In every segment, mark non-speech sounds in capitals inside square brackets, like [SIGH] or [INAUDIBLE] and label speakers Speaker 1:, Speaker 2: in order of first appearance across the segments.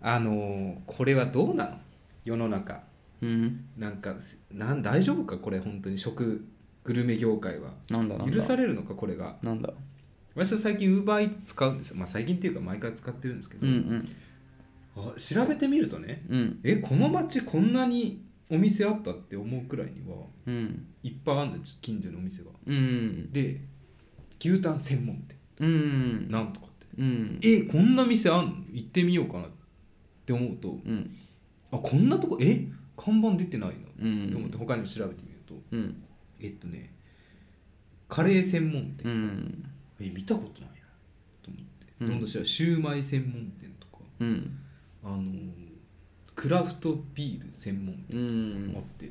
Speaker 1: あのーこれはどうなの世の中
Speaker 2: うん
Speaker 1: なんかなん大丈夫かこれ本当に食グルメ業界は
Speaker 2: なんだなんだ
Speaker 1: 許されるのかこれが
Speaker 2: なんだ
Speaker 1: 私は最近 UberEats 使うんですよ、まあ、最近っていうか前から使ってるんですけど、
Speaker 2: うんうん
Speaker 1: あ調べてみるとね
Speaker 2: うん
Speaker 1: えこの町こんなにお店あったって思うくらいには
Speaker 2: うん
Speaker 1: いっぱいあるんです近所のお店が
Speaker 2: うん
Speaker 1: で牛タン専門店
Speaker 2: うん
Speaker 1: なんとかって
Speaker 2: うん
Speaker 1: えこんな店あんの行ってみようかなって思うと
Speaker 2: うん
Speaker 1: あこんなとこえ看板出てないな
Speaker 2: う
Speaker 1: と思って
Speaker 2: ん
Speaker 1: 他にも調べてみると
Speaker 2: うん
Speaker 1: えっとねカレー専門店、
Speaker 2: うん
Speaker 1: え見たことないなと思って、
Speaker 2: うん
Speaker 1: どんどんしたらシューマイ専門店とか
Speaker 2: うん
Speaker 1: あのークラフトビール専門
Speaker 2: う
Speaker 1: 店あっ
Speaker 2: ん
Speaker 1: て、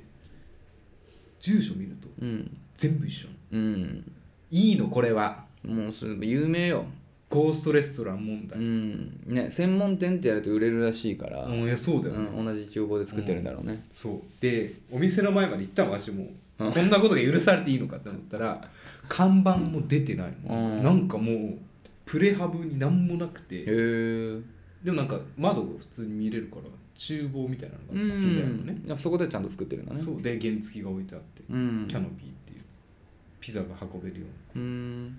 Speaker 1: 住所見ると
Speaker 2: うん
Speaker 1: 全部一緒なの
Speaker 2: うん
Speaker 1: いいのこれは
Speaker 2: もうそれ有名よ
Speaker 1: ゴーストレストラン問
Speaker 2: う
Speaker 1: 題、
Speaker 2: んね専門店ってやると売れるらしいから、
Speaker 1: うんいやそうだよね、
Speaker 2: うん、同じ厨房で作ってるんだろうね、
Speaker 1: そうでお店の前まで行ったのわしも
Speaker 2: う
Speaker 1: こ
Speaker 2: ん
Speaker 1: んなことが許されていいのかって思ったら看板も出てないの、
Speaker 2: うん
Speaker 1: なんかもうプレハブになんもなくて、
Speaker 2: へえ
Speaker 1: でもなんか窓が普通に見れるから厨房みたいなのが
Speaker 2: う
Speaker 1: あってピザ屋のね
Speaker 2: ん、やっぱそこでちゃんと作ってるんだね
Speaker 1: そうで原付が置いてあって、
Speaker 2: うん
Speaker 1: キャノピーっていうピザが運べるような
Speaker 2: うん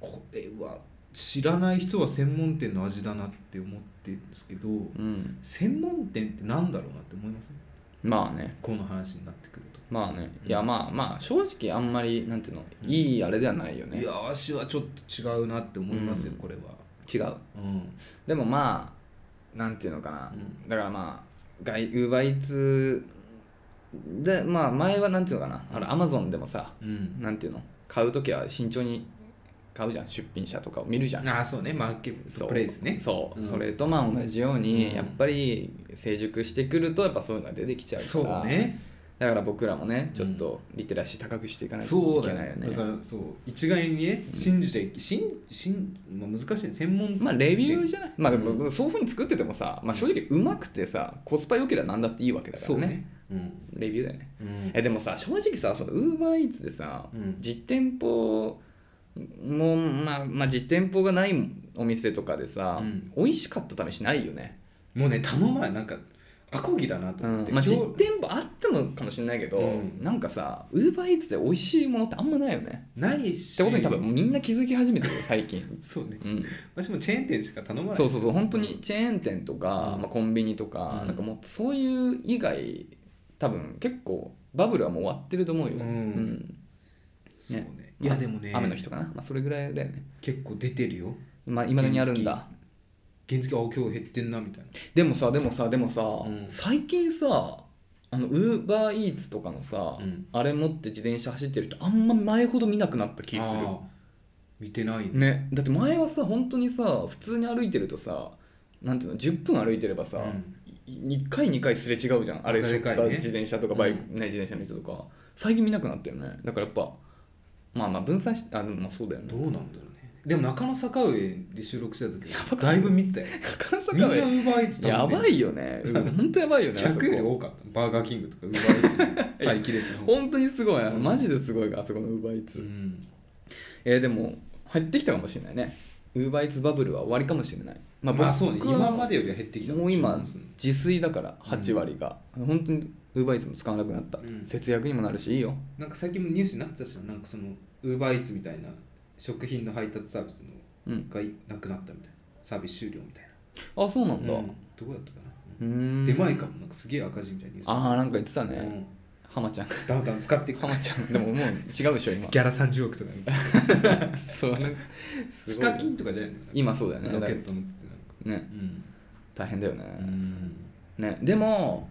Speaker 1: これは知らない人は専門店の味だなって思ってるんですけど
Speaker 2: うん
Speaker 1: 専門店ってなんだろうなって思いますね
Speaker 2: まあね
Speaker 1: この話になってくると、
Speaker 2: まあねいやまあまあ正直あんまりなんていうの
Speaker 1: うん
Speaker 2: いいあれではないよね、
Speaker 1: いやわしはちょっと違うなって思いますよ、
Speaker 2: うん
Speaker 1: これは
Speaker 2: 違う
Speaker 1: うん
Speaker 2: でもまあなんていうのかな、
Speaker 1: うん
Speaker 2: だからまあ外ウーバーイーツでまあ前はなんていうのかなあのアマゾンでもさ
Speaker 1: うん
Speaker 2: なんていうの買う時は慎重に買うじゃん出品者とかを見るじゃん
Speaker 1: ああそうねマーケッ
Speaker 2: そ
Speaker 1: ト
Speaker 2: う
Speaker 1: プレイスね
Speaker 2: そう、
Speaker 1: うん
Speaker 2: それとまあ同じように、
Speaker 1: うん
Speaker 2: やっぱり成熟してくるとやっぱそういうのが出てきちゃうから
Speaker 1: そうね
Speaker 2: だから僕らもねちょっとリテラシー高くしていかないと
Speaker 1: そ
Speaker 2: いうけ
Speaker 1: だ
Speaker 2: ないよ
Speaker 1: よねだか
Speaker 2: ね、
Speaker 1: らそう一概にね信じちゃいけ、しんしんまあ、難しいね専門
Speaker 2: まあレビューじゃないまあでも、
Speaker 1: う
Speaker 2: そういうふうに作っててもさ、まあ、正直うまくてさコスパ良ければ何だっていいわけだから
Speaker 1: そう
Speaker 2: ね
Speaker 1: ねうん
Speaker 2: レビューだよね
Speaker 1: うん
Speaker 2: えでもさ正直さそのウーバーイーツでさ、
Speaker 1: うん
Speaker 2: 実店舗もまあまあ実店舗がないお店とかでさ、
Speaker 1: うん
Speaker 2: 美味しかった試しないよね
Speaker 1: もうね頼まないなんかアコギだなと思って、
Speaker 2: まあ、
Speaker 1: 今日
Speaker 2: 実店舗あってもかもしれないけど、
Speaker 1: うん
Speaker 2: なんかさウーバーイーツで美味しいものってあんまないよね
Speaker 1: ない
Speaker 2: っ
Speaker 1: して
Speaker 2: ことに多分みんな気づき始めてるよ最
Speaker 1: [LAUGHS]
Speaker 2: 近
Speaker 1: そうね
Speaker 2: うん、
Speaker 1: 私もチェーン店しか頼まない
Speaker 2: そうそうそう本当にチェーン店とか、
Speaker 1: うん
Speaker 2: まあ、コンビニとか、
Speaker 1: うん
Speaker 2: なんかもうそういう以外多分結構バブルはもう終わってると思うよ、
Speaker 1: うんそうねい
Speaker 2: ま
Speaker 1: や
Speaker 2: あ
Speaker 1: でもね
Speaker 2: 雨の日とかな、まあ、それぐらいだよね
Speaker 1: 結構出てるよ
Speaker 2: まあ、未だにあるんだ
Speaker 1: 原付あ今日減ってんなみたいな
Speaker 2: でもさでもさでもさ、
Speaker 1: ん
Speaker 2: 最近さあのウーバーイーツとかのさ、
Speaker 1: うん
Speaker 2: あれ持って自転車走ってる人あんま前ほど見なくなった気す
Speaker 1: あー見てない
Speaker 2: る
Speaker 1: ね
Speaker 2: ねだって前はさ本当にさ普通に歩いてるとさなんていうの10分歩いてればさ、
Speaker 1: うん
Speaker 2: 1回2回すれ違うじゃんあれ
Speaker 1: それ
Speaker 2: 知っ
Speaker 1: でか
Speaker 2: た
Speaker 1: いね
Speaker 2: 自転車とかバイク、ね自転車の人とか最近見なくなったよねだからやっぱまあまあ分散しあでもまあそうだよ
Speaker 1: ど
Speaker 2: [LAUGHS] ね
Speaker 1: うなんだろうねでも中野坂上で収録してた時
Speaker 2: ばかった
Speaker 1: だいぶ見てたよ
Speaker 2: 高
Speaker 1: みんな
Speaker 2: 坂
Speaker 1: ウ
Speaker 2: 上
Speaker 1: ーバーイーツ
Speaker 2: やばいよねうん本当やばいよねあそこ
Speaker 1: 100より多かったバーガーキングとかウーバーイーツ
Speaker 2: [LAUGHS]
Speaker 1: の待機列の方
Speaker 2: 本当にすごい、あの
Speaker 1: うん
Speaker 2: マジですごいあそこのウーバーイー
Speaker 1: う
Speaker 2: ツ
Speaker 1: ん
Speaker 2: えーでも入ってきたかもしれないねウーバーイーツバブルは終わりかもしれない
Speaker 1: まあ、
Speaker 2: 僕は
Speaker 1: そうね今までよりは減ってきた
Speaker 2: もう今
Speaker 1: そうですね
Speaker 2: 自炊だから8割が、本当にウーバーイーツも使わなくなった、
Speaker 1: うん
Speaker 2: 節約にもなるしいいよ
Speaker 1: なんか最近もニュースになってたしななんかそのウーバーイーツみたいな食品の配達サービスの
Speaker 2: うん
Speaker 1: がなくなったみたいなサービス終了みたい
Speaker 2: あそうなんだ
Speaker 1: な、
Speaker 2: う
Speaker 1: うんどこだったかな、
Speaker 2: ーん
Speaker 1: 出前かもなんかすげえ赤字みたいなニュース
Speaker 2: ああなんか言ってたね、
Speaker 1: うん
Speaker 2: ハマちゃん
Speaker 1: だんだん使っていく
Speaker 2: ハマちゃんでももう違うでし
Speaker 1: [LAUGHS]
Speaker 2: ょ今
Speaker 1: ギャラ30億とかね
Speaker 2: そうす
Speaker 1: ヒ
Speaker 2: ごい
Speaker 1: カキンとかじゃないの
Speaker 2: 今そうだよね
Speaker 1: ロケットのってなんか
Speaker 2: ね
Speaker 1: うん
Speaker 2: 大変だよね、
Speaker 1: うん
Speaker 2: ねでも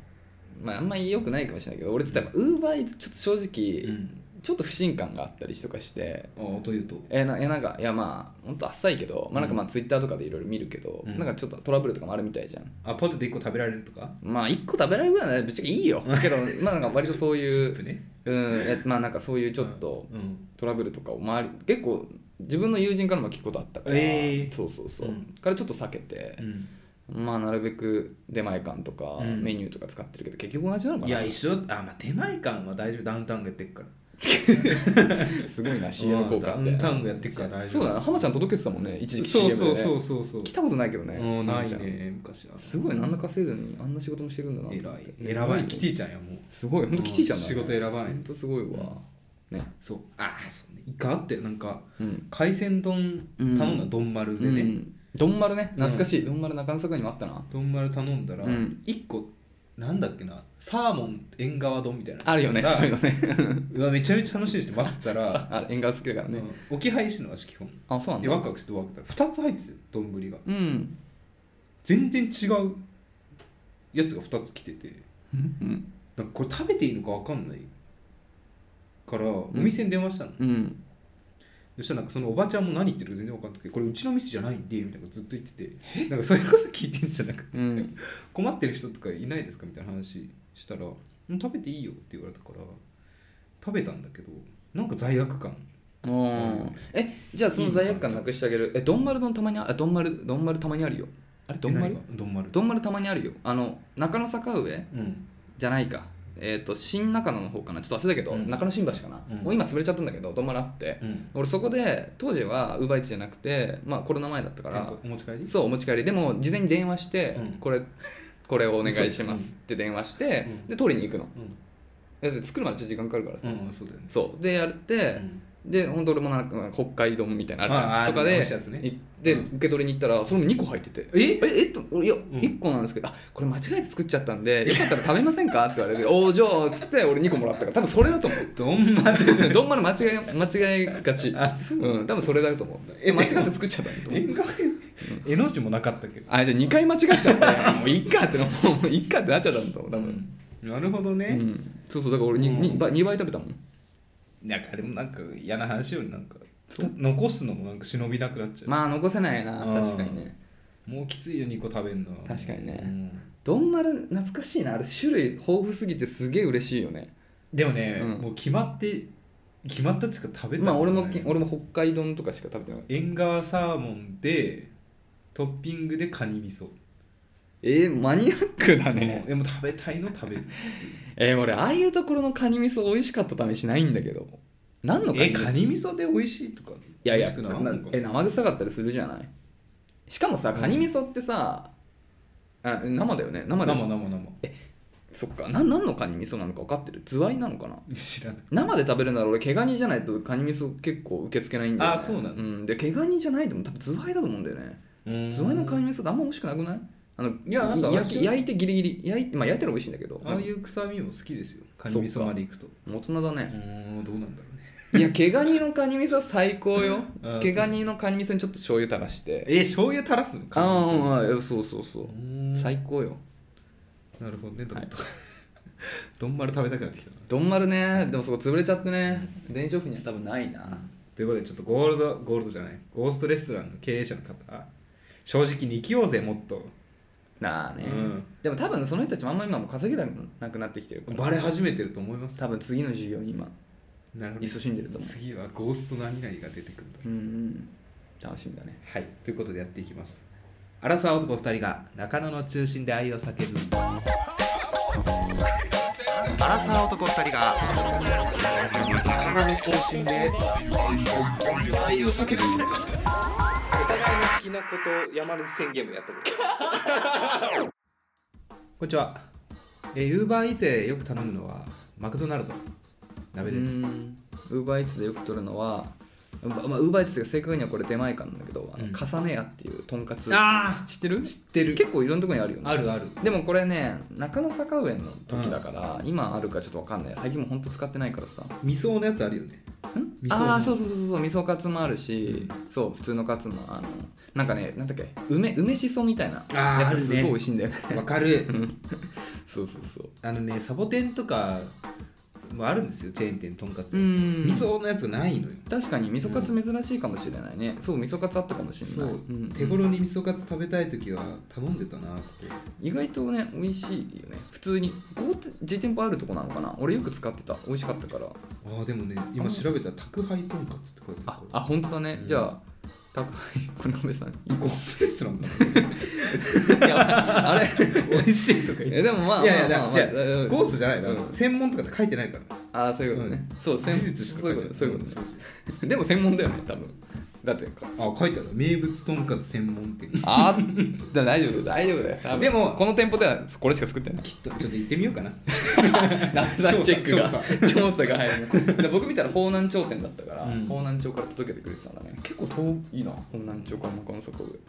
Speaker 2: まああんまり良くないかもしれないけど俺ちょっとやっぱウーバーイーツちょっと正直、ちょっと不信感があったりとかして
Speaker 1: ああというと
Speaker 2: えーなえーなんかいやまあほんとあっさいけど、まあ、なんかまあツイッターとかでいろいろ見るけど、
Speaker 1: うん
Speaker 2: なんかちょっとトラブルとかもあるみたいじゃん
Speaker 1: あポテト1個食べられるとか
Speaker 2: まあ1個食べられるぐらいならぶっちゃけいいよけどまあなんか割とそ
Speaker 1: [LAUGHS]
Speaker 2: う
Speaker 1: チ
Speaker 2: い
Speaker 1: ッ
Speaker 2: う
Speaker 1: プね
Speaker 2: うんえまあなんかそういうちょっと
Speaker 1: うん
Speaker 2: トラブルとかを周り結構自分の友人からも聞くことあったから、
Speaker 1: えー
Speaker 2: そうそうそう、
Speaker 1: うん
Speaker 2: からちょっと避けて
Speaker 1: う、ん
Speaker 2: まあなるべく出前館とか
Speaker 1: うん
Speaker 2: メニューとか使ってるけど、結局同じなのかない
Speaker 1: や一緒あまあ手前感は大丈夫ダウンタウンがやってるから
Speaker 2: [LAUGHS] すごいな CM 効果あ
Speaker 1: ダウ
Speaker 2: って
Speaker 1: ンタウンがやってっから大丈夫
Speaker 2: そうだな浜ちゃん届けてたもんね一時期
Speaker 1: そうそう
Speaker 2: CM でね
Speaker 1: そうそうそう
Speaker 2: 来たことないけどね
Speaker 1: うんな
Speaker 2: 浜
Speaker 1: い
Speaker 2: ちゃん
Speaker 1: ね昔は
Speaker 2: すごいなんだ稼いでにあんな仕事もしてるんだな
Speaker 1: 偉い
Speaker 2: 偉
Speaker 1: 選
Speaker 2: い
Speaker 1: ばないキティちゃんやもう
Speaker 2: すごいほんとキティちゃんだね
Speaker 1: 仕事選ばない
Speaker 2: ほんとすごいわね
Speaker 1: そうああそうね一回あってなんか
Speaker 2: うん
Speaker 1: 海鮮丼頼んだ
Speaker 2: うん
Speaker 1: 丼丸で
Speaker 2: う
Speaker 1: ね
Speaker 2: んどん丸ね懐かしいどん丸中野坂にもあったな
Speaker 1: 丼丸頼んだら
Speaker 2: うん
Speaker 1: 一個なんだっけなサーモン縁側丼みたいな
Speaker 2: あるよね
Speaker 1: が
Speaker 2: そういうのね
Speaker 1: うわめちゃめちゃ楽しいして待ってたら
Speaker 2: さあ縁側好きだからね
Speaker 1: うん置き配してるの私基本
Speaker 2: あそうなん
Speaker 1: で
Speaker 2: だ
Speaker 1: ワクワクしてドア開けたら2つ入ってて丼が
Speaker 2: うん
Speaker 1: 全然違うやつが2つ来てて
Speaker 2: うん
Speaker 1: なんかこれ食べていいのか分かんないからお店に電話したの、
Speaker 2: うん
Speaker 1: そしたらなんかそのおばちゃんも何言ってるか全然分かんなくてこれうちの店じゃないんでみたいなことずっと言っててなんかそれこそ聞いてんじゃなくて
Speaker 2: うん
Speaker 1: 困ってる人とかいないですかみたいな話したらうん食べていいよって言われたから食べたんだけどなんか罪悪感
Speaker 2: うんえじゃあその罪悪感なくしてあげるえどん丸丼たまにああどん丸どん丸たまにあるよあれどん丸
Speaker 1: どんまる
Speaker 2: どん丸たまにあるよあの中野坂上
Speaker 1: うん
Speaker 2: じゃないかえっ、と新中野の方かなちょっと忘れたけど、
Speaker 1: うん
Speaker 2: 中野新橋かな、
Speaker 1: うん
Speaker 2: もう今潰れちゃったんだけどどん丸あって、
Speaker 1: うん
Speaker 2: 俺そこで当時はウーバーイーツじゃなくてまあコロナ前だったか
Speaker 1: なん
Speaker 2: ら
Speaker 1: かお持ち帰り
Speaker 2: そうお持ち帰りでも事前に電話して、
Speaker 1: うん
Speaker 2: これこれをお願いしますって電話して、
Speaker 1: うん
Speaker 2: で取りに行くの
Speaker 1: う
Speaker 2: だって作るまでちょっと時間かかるからさ、
Speaker 1: ん、うん、そうだよね
Speaker 2: そうでやって、で本当俺もなんか北海道みたいなのあるじゃん
Speaker 1: ああ
Speaker 2: とかで
Speaker 1: 美味しいやつね
Speaker 2: 行って
Speaker 1: うん
Speaker 2: 受け取りに行ったらそれも2個入ってて
Speaker 1: え
Speaker 2: ええっといや、
Speaker 1: ん
Speaker 2: 1個なんですけどあこれ間違えて作っちゃったんでよかったら食べませんかって言われて「おおじゃあ」っつって俺2個もらったから多分それだと [LAUGHS] 思う
Speaker 1: どんまる
Speaker 2: どんまる間違え間違えがち
Speaker 1: あそう
Speaker 2: うん、多分それだと思うえ
Speaker 1: え
Speaker 2: 間違って作っちゃったんだと思う
Speaker 1: 縁側絵の字もなかったけど
Speaker 2: あじゃあ2回間違っちゃってもういっかってなもうもういっかってなっちゃったんだと思う多分、
Speaker 1: なるほど
Speaker 2: う
Speaker 1: ね、
Speaker 2: んそうそうだから俺 2,
Speaker 1: うん
Speaker 2: 倍2倍食べたもん
Speaker 1: なんかでもなんか嫌な話よりなんか残すのもなんか忍びなくなっちゃう、
Speaker 2: まあ残せないな
Speaker 1: うん
Speaker 2: 確かにね
Speaker 1: もうきついよ2個食べんのは
Speaker 2: 確かにね
Speaker 1: うん
Speaker 2: どんまる懐かしいなあれ種類豊富すぎてすげえ嬉しいよね
Speaker 1: でもね、
Speaker 2: うん
Speaker 1: もう決まって決まったっつうか食べた
Speaker 2: まあ俺
Speaker 1: の
Speaker 2: もき俺も北海道とかしか食べてなかった
Speaker 1: 縁側サーモンでトッピングでカニ味噌
Speaker 2: えー、マニアックだ
Speaker 1: もう
Speaker 2: ね
Speaker 1: でも食べたいの食べる
Speaker 2: えー、俺ああいうところのカニ味噌美味しかったためしないんだけど何のカニ
Speaker 1: えカニ味噌で美味しいとかい
Speaker 2: いやいや
Speaker 1: 美味しくな
Speaker 2: ない
Speaker 1: のか
Speaker 2: え生臭かったりするじゃないしかもさカニ味噌ってさ、あ生だよね生
Speaker 1: 生
Speaker 2: で
Speaker 1: 生生
Speaker 2: そっかな何のカニ味噌なのか分かってるズワイなのかな
Speaker 1: 知らない
Speaker 2: 生で食べるなら俺毛ガニじゃないとカニ味噌結構受け付けないんだよ、ね、
Speaker 1: あそうなの
Speaker 2: んで毛ガニじゃないとも多分ズワイだと思うんだよねズワイのカニ味噌ってあんま美味しくなくないあの
Speaker 1: いやなんか
Speaker 2: 焼
Speaker 1: 私
Speaker 2: き焼いてギリギリ焼い,、まあ、焼いたら美味しいんだけど
Speaker 1: ああいう臭みも好きですよカニ味噌までいくと
Speaker 2: 大人だ
Speaker 1: う
Speaker 2: ね
Speaker 1: ーんどうなんだろうね
Speaker 2: いや毛ガニのカニ味噌最高よ
Speaker 1: あ
Speaker 2: 毛ガニのカニ味噌にちょっと醤油垂らして
Speaker 1: え醤油垂らすのカニ
Speaker 2: あ
Speaker 1: 味噌
Speaker 2: あうんうんそうそうそう
Speaker 1: うーん
Speaker 2: 最高よ
Speaker 1: なるほどねどん,、 [LAUGHS]
Speaker 2: はい
Speaker 1: どんまる食べたくなってきたな
Speaker 2: どん丸ねでもそこ潰れちゃってね電子オフには多分ないな
Speaker 1: ということでちょっとゴールドゴールドじゃないゴーストレストランの経営者の方正直に生きようぜもっと
Speaker 2: なあね、
Speaker 1: うん
Speaker 2: でも多分その人たちもあんま今も稼げなくなってきてるから
Speaker 1: バレ始めてると思います
Speaker 2: 多分次の授業に今
Speaker 1: なるほど
Speaker 2: 勤しんでると思
Speaker 1: 次はゴースト何々が出てくるんだ
Speaker 2: ううんうん楽しみだね
Speaker 1: はいということでやっていきます荒沢男2人が中野の中心で愛を叫ぶ荒沢男2人が中野の中心で愛を叫ぶお互いの好きなことを山根宣言もやったことこんにちはえー Uber 以前よく頼むのはマクドナルド
Speaker 2: ウ
Speaker 1: 鍋です
Speaker 2: ーバーイーツでよく取るのはウーバーイーツが正確にはこれ出前館なんだけど、あの
Speaker 1: うん
Speaker 2: カサネヤっていうとんかつ
Speaker 1: あ
Speaker 2: 知ってる
Speaker 1: あ知ってる
Speaker 2: 結構いろんなとこにあるよね
Speaker 1: あるある
Speaker 2: でもこれね中野坂上の時だから、今あるかちょっとわかんない最近もうほんと使ってないからさ
Speaker 1: 味噌のやつあるよ
Speaker 2: [LAUGHS]
Speaker 1: ね味噌
Speaker 2: ああーそうそうそうそう味噌カツもあるし、そう普通のカツもあのなんかねなんだっけ梅梅しそみたいな
Speaker 1: あー
Speaker 2: やつがすご
Speaker 1: あ
Speaker 2: い
Speaker 1: るね
Speaker 2: 美味しいんだよね
Speaker 1: わかる
Speaker 2: そうそうそう
Speaker 1: あのねサボテンとかもあるんですよチェーン店とんかつ
Speaker 2: うーん
Speaker 1: 味噌のやつないのよ
Speaker 2: 確かに味噌カツ珍しいかもしれないね、そう味噌カツあったかもしれ
Speaker 1: そ
Speaker 2: な
Speaker 1: う
Speaker 2: い、ん
Speaker 1: 手頃に味噌カツ食べたい時は頼んでたなって
Speaker 2: 意外とね美味しいよね普通にここって自店舗あるとこなのかな俺よく使ってた美味しかったから
Speaker 1: あーでもね今調べたら宅配とんかつって書いてあ
Speaker 2: あ
Speaker 1: るから
Speaker 2: あ本当だね、
Speaker 1: うん
Speaker 2: じゃあ宅配この鍋さん
Speaker 1: ゴーストレストランだ
Speaker 2: いやあれ
Speaker 1: 美味しいとか
Speaker 2: [LAUGHS] い
Speaker 1: 言
Speaker 2: や
Speaker 1: って
Speaker 2: でもまあ
Speaker 1: いやいや
Speaker 2: まあまあ
Speaker 1: じゃあ
Speaker 2: まあ
Speaker 1: ゴーストじゃないな
Speaker 2: うん
Speaker 1: 専門とかって書いてないから
Speaker 2: ああそういうことね、
Speaker 1: うん
Speaker 2: そう
Speaker 1: 事実しか
Speaker 2: そ
Speaker 1: 書
Speaker 2: う
Speaker 1: いてな
Speaker 2: いうこ
Speaker 1: い
Speaker 2: とそういうこと
Speaker 1: んそ
Speaker 2: ね
Speaker 1: うそう
Speaker 2: でも専門だよね多分だってか
Speaker 1: あ書いてある名物とんかつ専門
Speaker 2: [LAUGHS]
Speaker 1: 店
Speaker 2: あ [LAUGHS] ーだ大丈夫大丈夫だよ多分
Speaker 1: でも
Speaker 2: この店舗ではこれしか作ってない
Speaker 1: きっとちょっと行ってみようかな
Speaker 2: ナムさんチェックが
Speaker 1: 調
Speaker 2: 調査が入るで僕見たら方南町店だったから、
Speaker 1: うん
Speaker 2: 方南町から届けてくれてたんだね結構遠いな方南町から中野坂上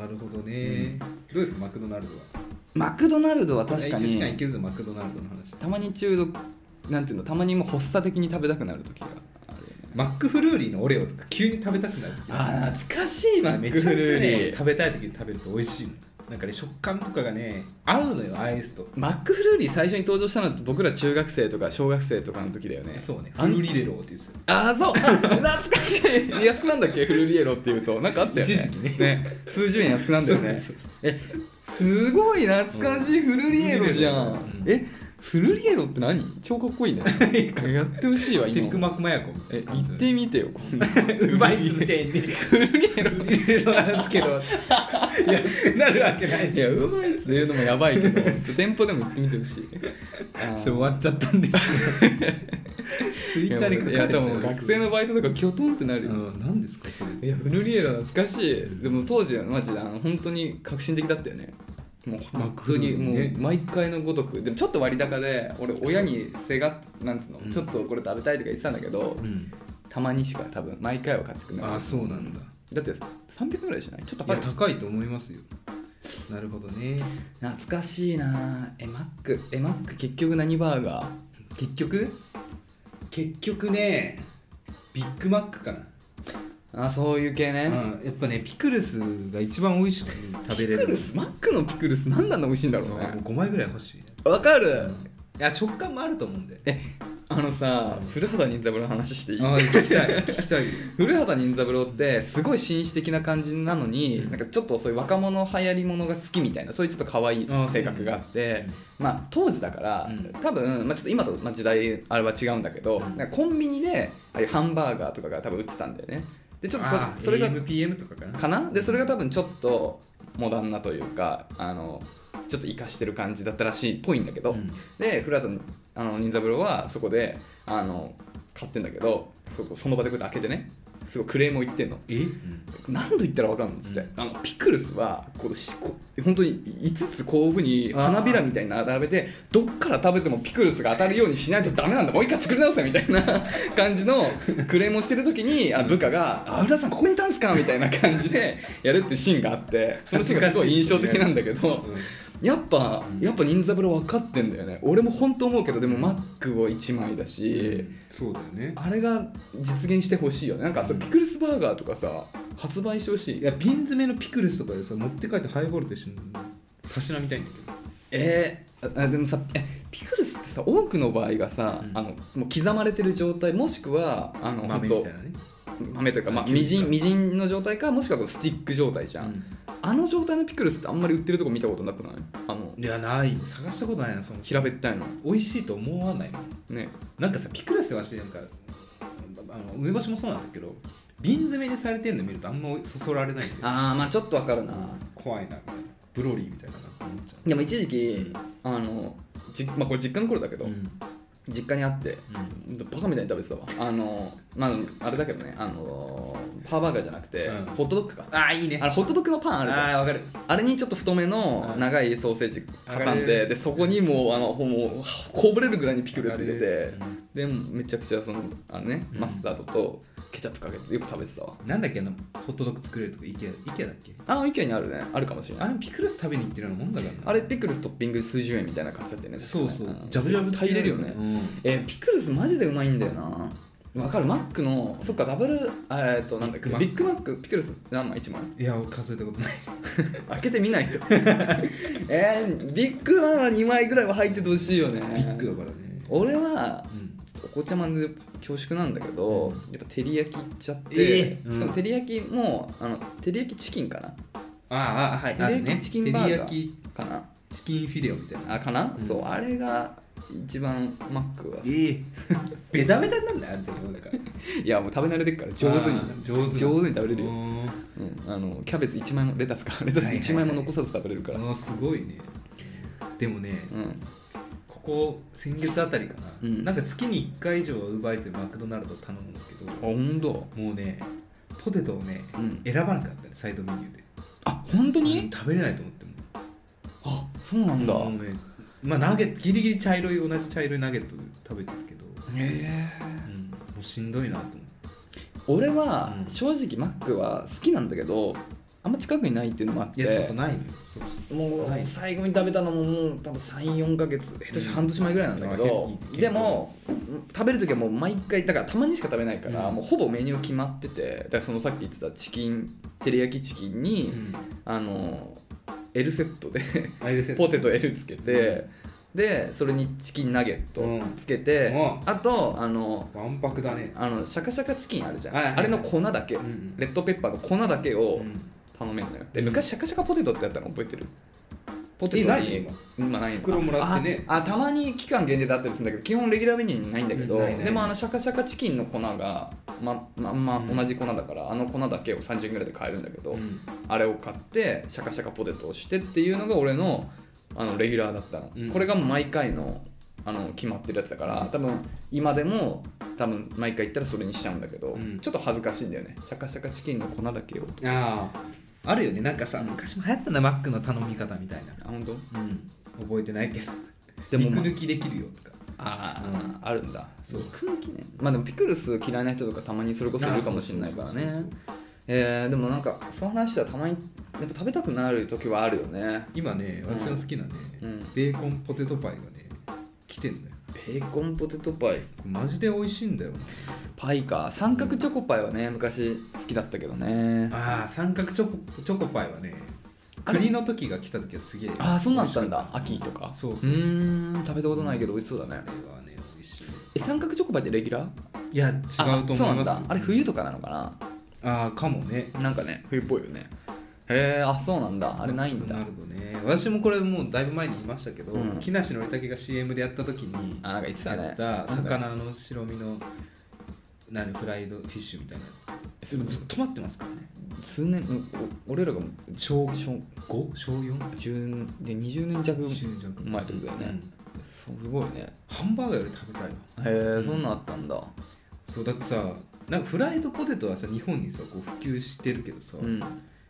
Speaker 1: なるほどねどうですかマクドナルドは
Speaker 2: マクドナルドは確か
Speaker 1: 1時間い
Speaker 2: に
Speaker 1: けるぞマクドナルドの話
Speaker 2: たまに中毒なんていうのたまにもう発作的に食べたくなる時があるよね
Speaker 1: マックフルーリーのオレオとか急に食べたくなる時
Speaker 2: あー懐かしいマ
Speaker 1: め
Speaker 2: ック
Speaker 1: ちゃ
Speaker 2: フ
Speaker 1: くちゃ
Speaker 2: ルー
Speaker 1: ね
Speaker 2: リー
Speaker 1: 食べたい時に食べると美味しいのなんかね食感とかがね合うのよアイスと
Speaker 2: マックフルーリー最初に登場したのって僕ら中学生とか小学生とかの時だよね
Speaker 1: そうねフ
Speaker 2: あん
Speaker 1: ルリレローって言って
Speaker 2: ああそう懐かしい [LAUGHS] 安くなんだっけフルリエロっていうとなんかあったよね
Speaker 1: 一時期ね
Speaker 2: 数十円安くなんだよね
Speaker 1: そうそう
Speaker 2: えすごい懐かしいフルリエロじゃん、
Speaker 1: うん
Speaker 2: えフルリエロって何超かっこいいねやってほしいわ
Speaker 1: たテ
Speaker 2: 今
Speaker 1: ックマックマヤコみた
Speaker 2: え
Speaker 1: いな
Speaker 2: 行ってみてよ今度
Speaker 1: [LAUGHS] うまいつみたいにフルリレロフルリレロなんですけ
Speaker 2: [LAUGHS]
Speaker 1: ど安くなるわけない
Speaker 2: [LAUGHS] い
Speaker 1: じゃ
Speaker 2: や
Speaker 1: ん
Speaker 2: うまいっつ言うのもやばいけどちょっと店舗でも行ってみてほし [LAUGHS] いあ
Speaker 1: そ
Speaker 2: ー
Speaker 1: れ終わっちゃったんです
Speaker 2: [LAUGHS]
Speaker 1: ツイッターに書かれて
Speaker 2: いや
Speaker 1: た
Speaker 2: でも学生のバイトとかキョトンってなる
Speaker 1: う
Speaker 2: よ、
Speaker 1: ん何ですかそれ
Speaker 2: いやフルリエロ懐かしいでも当時はマジであの本当に革新的だったよねもう本当にも
Speaker 1: ね
Speaker 2: う毎回のごとくでもちょっと割高で俺親にせがなんつうの、
Speaker 1: うん
Speaker 2: ちょっとこれ食べたいとか言ってたんだけど、
Speaker 1: うん
Speaker 2: たまにしか多分毎回は買ってくれない
Speaker 1: あそうなんだ
Speaker 2: だって300ぐらいしないちょっと
Speaker 1: いや
Speaker 2: 高
Speaker 1: 高
Speaker 2: い
Speaker 1: いと思いますよなるほどね
Speaker 2: 懐かしいなえマックえマック結局何バーガー
Speaker 1: 結局結局ねビッグマックかな
Speaker 2: あそういう系ね、
Speaker 1: うん、やっぱねピクルスが一番美味しく食べれ
Speaker 2: ピ
Speaker 1: る
Speaker 2: クルスマックのピクルス何なんだ美味しいんだろう
Speaker 1: もう
Speaker 2: ね
Speaker 1: 5枚ぐらい欲しいね
Speaker 2: わかる
Speaker 1: いや食感もあると思うんで
Speaker 2: えあのさ古畑任三郎の話していい
Speaker 1: ああ聞きたい聞きたい
Speaker 2: 古畑任三郎ってすごい紳士的な感じなのに、
Speaker 1: うん
Speaker 2: なんかちょっとそういう若者流行りものが好きみたいなそういうちょっと可愛い
Speaker 1: あー
Speaker 2: 性格があっ
Speaker 1: そう
Speaker 2: て
Speaker 1: なんだ
Speaker 2: まあ当時だから、
Speaker 1: うん
Speaker 2: 多分、まあ、ちょっと今と、まあ、時代あれは違うんだけ
Speaker 1: う
Speaker 2: ど、
Speaker 1: ん
Speaker 2: なんかコンビニでああいうハンバーガーとかが多分売ってたんだよねでちょっとそ
Speaker 1: ああ
Speaker 2: それが
Speaker 1: AMPM とかかな
Speaker 2: かなでそれが多分ちょっとモダンなというかあのちょっと生かしてる感じだったらしいっぽいんだけど、
Speaker 1: うん
Speaker 2: で古畑あの任三郎はそこであの買ってんだけどそこその場でこうやって開けてねすごいクレームを言ってんの
Speaker 1: え、
Speaker 2: 何度言ったら分かんのっつって、
Speaker 1: う
Speaker 2: あのピクルスはこうしこう本当に5つ後部に花びらみたいに並べてどっから食べてもピクルスが当たるようにしないとダメなんだもう一回作り直せみたいな [LAUGHS] 感じのクレームをしてる時にあの部下が「あ浦田さんここにいたんすか?」みたいな感じでやるっていうシーンがあってそのシーンがすごい印象的なんだけど。やっぱ、
Speaker 1: うん
Speaker 2: やっぱ任三郎分かってんだよね俺も本当思うけどでもマックを1枚だ
Speaker 1: え
Speaker 2: し、
Speaker 1: そうだよね
Speaker 2: あれが実現してほしいよねなんかそのピクルスバーガーとかさ発売してほし
Speaker 1: い
Speaker 2: い
Speaker 1: や瓶詰めのピクルスとかでさ持って帰ってハイボールと一緒にたしなみたいんだけど
Speaker 2: えーああでもさえピクルスってさ多くの場合がさ、
Speaker 1: うん
Speaker 2: あのもう刻まれてる状態もしくはあの
Speaker 1: 豆
Speaker 2: ほ
Speaker 1: み
Speaker 2: ん
Speaker 1: たい
Speaker 2: と
Speaker 1: なね
Speaker 2: 豆というか、まあ、
Speaker 1: 球
Speaker 2: み
Speaker 1: みたい
Speaker 2: じ
Speaker 1: なん
Speaker 2: みじんの状態かもしくはこうスティック状態じゃん、あの状態のピクルスってあんまり売ってるとこ見たことなくないあの
Speaker 1: いやない探したことないなその
Speaker 2: 平べったいの
Speaker 1: 美味しいと思わないもん
Speaker 2: ね
Speaker 1: なんかさピクルスはしてなんかあの梅干しもそうなんだけど瓶詰めにされてるの見るとあんまそそられないんで
Speaker 2: ああまあちょっとわかるな、
Speaker 1: 怖いなみたいなブロリーみたいななんか思っちゃ
Speaker 2: でも一時期
Speaker 1: うん、
Speaker 2: あのじまあ、これ実家の頃だけ
Speaker 1: う
Speaker 2: ど、実家にあってバカみたいに食べてたわあのまああれだけどねあのハーバーガーじゃなくて、
Speaker 1: うん
Speaker 2: ホットドッグか
Speaker 1: ああいいね
Speaker 2: あれホットドッグのパンあるじゃん
Speaker 1: あわかる
Speaker 2: あれにちょっと太めの
Speaker 1: うん
Speaker 2: 長いソーセージ挟ん
Speaker 1: わか
Speaker 2: で
Speaker 1: る
Speaker 2: でそこにもうあのもうこぼれるぐらいにピクルス入れて
Speaker 1: わかる
Speaker 2: でめちゃくちゃそのあのね
Speaker 1: うん
Speaker 2: マスタードとケチャップかけてよく食べてたわ
Speaker 1: なんだっけあのホットドッグ作れるとこイケアイケアだっけ
Speaker 2: ああ意見にあるねあるかもしれない
Speaker 1: あれピクルス食べに行ってるようなもんだからな
Speaker 2: あれピクルストッピング数十円みたいな感じだったよね
Speaker 1: そうそうんジャブジャブ
Speaker 2: 絶対入れるよね、
Speaker 1: うん
Speaker 2: えーピクルスマジでうまいんだよなわかるマックのそっかダブルあえーっとなんだっけ
Speaker 1: ビ
Speaker 2: ビ
Speaker 1: ッグマッ
Speaker 2: ッ
Speaker 1: ク
Speaker 2: グマックピクルス何枚1枚
Speaker 1: いや数えたことない
Speaker 2: 開けてみ
Speaker 1: [LAUGHS]
Speaker 2: ないとえー、ビッグマンは2枚ぐらいは入っててほしいよね
Speaker 1: ビッグだからね
Speaker 2: 俺は
Speaker 1: うん
Speaker 2: お紅茶まんで恐縮なんだけどやっぱ照り焼きいっちゃって、
Speaker 1: えーうん
Speaker 2: しかも照り焼きもあの照り焼きチキンかな
Speaker 1: あああはいある
Speaker 2: 照り焼
Speaker 1: ね
Speaker 2: きチキンバーガー
Speaker 1: 照り焼
Speaker 2: かな
Speaker 1: きチチキンフィレオみたいな
Speaker 2: あかな、
Speaker 1: うん
Speaker 2: そうあれが一番マックは
Speaker 1: ええ [LAUGHS] ベタベタになんだよあれってなんか
Speaker 2: いやもう食べ慣れてるから上手に
Speaker 1: あー上手に
Speaker 2: 上手に食べれるよ
Speaker 1: う、ん
Speaker 2: うん、あのキャベツ1枚もレタスかレタス1枚も残さず食べれるから、
Speaker 1: あーすごいねでもね、
Speaker 2: うん
Speaker 1: ここ先月あたりかな、
Speaker 2: うん
Speaker 1: なんか月に1回以上はウーバーイーツでマクドナルド頼むんですけど
Speaker 2: あ本当
Speaker 1: もうねポテトをね、
Speaker 2: うん
Speaker 1: 選ばなかったねサイドメニューで、
Speaker 2: あ本当に、
Speaker 1: うん食べれないと思っても
Speaker 2: あそうなんだ、
Speaker 1: もうねまあナゲットギリギリ茶色い同じ茶色いナゲット食べてるけど、
Speaker 2: へえ
Speaker 1: うんもうしんどいなと思って
Speaker 2: 俺は
Speaker 1: うん
Speaker 2: 正直マックは好きなんだけどあんま近くにないっていうのもあって
Speaker 1: いやそうそうないのよそう
Speaker 2: もう
Speaker 1: はい
Speaker 2: 最後に食べたのももう多分34ヶ月下手したら半年前ぐらいなんだけ
Speaker 1: う
Speaker 2: ど
Speaker 1: ん、いや
Speaker 2: でも食べる時はもう毎回だからたまにしか食べないから、
Speaker 1: うん
Speaker 2: もうほぼメニュー決まっててだからそのさっき言ってたチキン照り焼きチキンに、あの L セットで [LAUGHS]
Speaker 1: あれです
Speaker 2: ポテト L つけて、でそれにチキンナゲットつけて、
Speaker 1: う
Speaker 2: あとあの
Speaker 1: わんぱくだね
Speaker 2: あのシャカシャカチキンあるじゃん、
Speaker 1: はいはいはい
Speaker 2: あれの粉だけ、
Speaker 1: んうん
Speaker 2: レッドペッパーの粉だけを
Speaker 1: うん
Speaker 2: 頼めるのよで昔シャカシャカポテトってやったの覚えてるポテ
Speaker 1: え
Speaker 2: ト
Speaker 1: ない
Speaker 2: に
Speaker 1: よ
Speaker 2: 今ないの
Speaker 1: 袋もらってね
Speaker 2: ああたまに期間限定であったりするんだけど基本レギュラーメニューにないんだけど
Speaker 1: ないない
Speaker 2: でもあのシャカシャカチキンの粉がままま
Speaker 1: うん
Speaker 2: 同じ粉だから、あの粉だけを30円ぐらいで買えるんだけど、
Speaker 1: うん
Speaker 2: あれを買ってシャカシャカポテトをしてっていうのが俺のあのレギュラーだったの、
Speaker 1: うん
Speaker 2: これがもう毎回のあの決まってるやつだから多分今でも多分毎回行ったらそれにしちゃうんだけど、
Speaker 1: うん
Speaker 2: ちょっと恥ずかしいんだよねシャカシャカチキンの粉だけを
Speaker 1: あああるよねなんかさ昔も流行ったなマックの頼み方みたい
Speaker 2: あ本当
Speaker 1: な、うん、覚えてないけど
Speaker 2: でも
Speaker 1: 肉
Speaker 2: まあ
Speaker 1: 抜きできるよとか
Speaker 2: あ
Speaker 1: ー
Speaker 2: あるんだ
Speaker 1: そう
Speaker 2: 肉抜きねまあでもピクルス嫌いな人とかたまにそれこそいるかもしれないから
Speaker 1: あそうそう
Speaker 2: ね
Speaker 1: そうそう
Speaker 2: えー、でもなんかその話ではたまにやっぱ食べたくなる時はあるよね
Speaker 1: 今ね
Speaker 2: うん
Speaker 1: 私の好きなね、
Speaker 2: うん
Speaker 1: ベーコンポテトパイがね来てんのよ
Speaker 2: ベーコンポテトパイ
Speaker 1: これマジで美味しいんだよ
Speaker 2: パイか三角チョコパイはね昔好きだったけどね
Speaker 1: ああ三角チョコチョコパイはね
Speaker 2: あれ
Speaker 1: 栗の時が来た時はすげえ
Speaker 2: ああそうなんだったん
Speaker 1: 美味し
Speaker 2: だ秋とか
Speaker 1: そうそう
Speaker 2: ーん食べたことないけど美味しそうだね
Speaker 1: かったあれはね美味しい
Speaker 2: え三角チョコパイってレギュラー
Speaker 1: いや違うと思います
Speaker 2: あそうなんだあれ冬と
Speaker 1: か
Speaker 2: かなのか
Speaker 1: ああかもね
Speaker 2: ななんかね冬っぽいよねへえあそうなんだあれないんだ
Speaker 1: なるほどね私もこれもうだいぶ前に言いましたけど、
Speaker 2: うん
Speaker 1: 木梨憲武が CM でやった時に
Speaker 2: あなんか言ってたね
Speaker 1: やってた魚の白身の何フライドフィッシュみたいなやつでもずっと待ってますからね
Speaker 2: 数年うんお俺らがもう
Speaker 1: 小
Speaker 2: 小
Speaker 1: 5小 4?
Speaker 2: 10で20年弱
Speaker 1: 20年弱
Speaker 2: 前ってことだよね、
Speaker 1: うん
Speaker 2: すごいねへ
Speaker 1: ハンバーガーより食べたいわ
Speaker 2: えそんなんあったんだ
Speaker 1: そうだってさなんかフライドポテトはさ日本にさこう普及してるけどさ、
Speaker 2: うん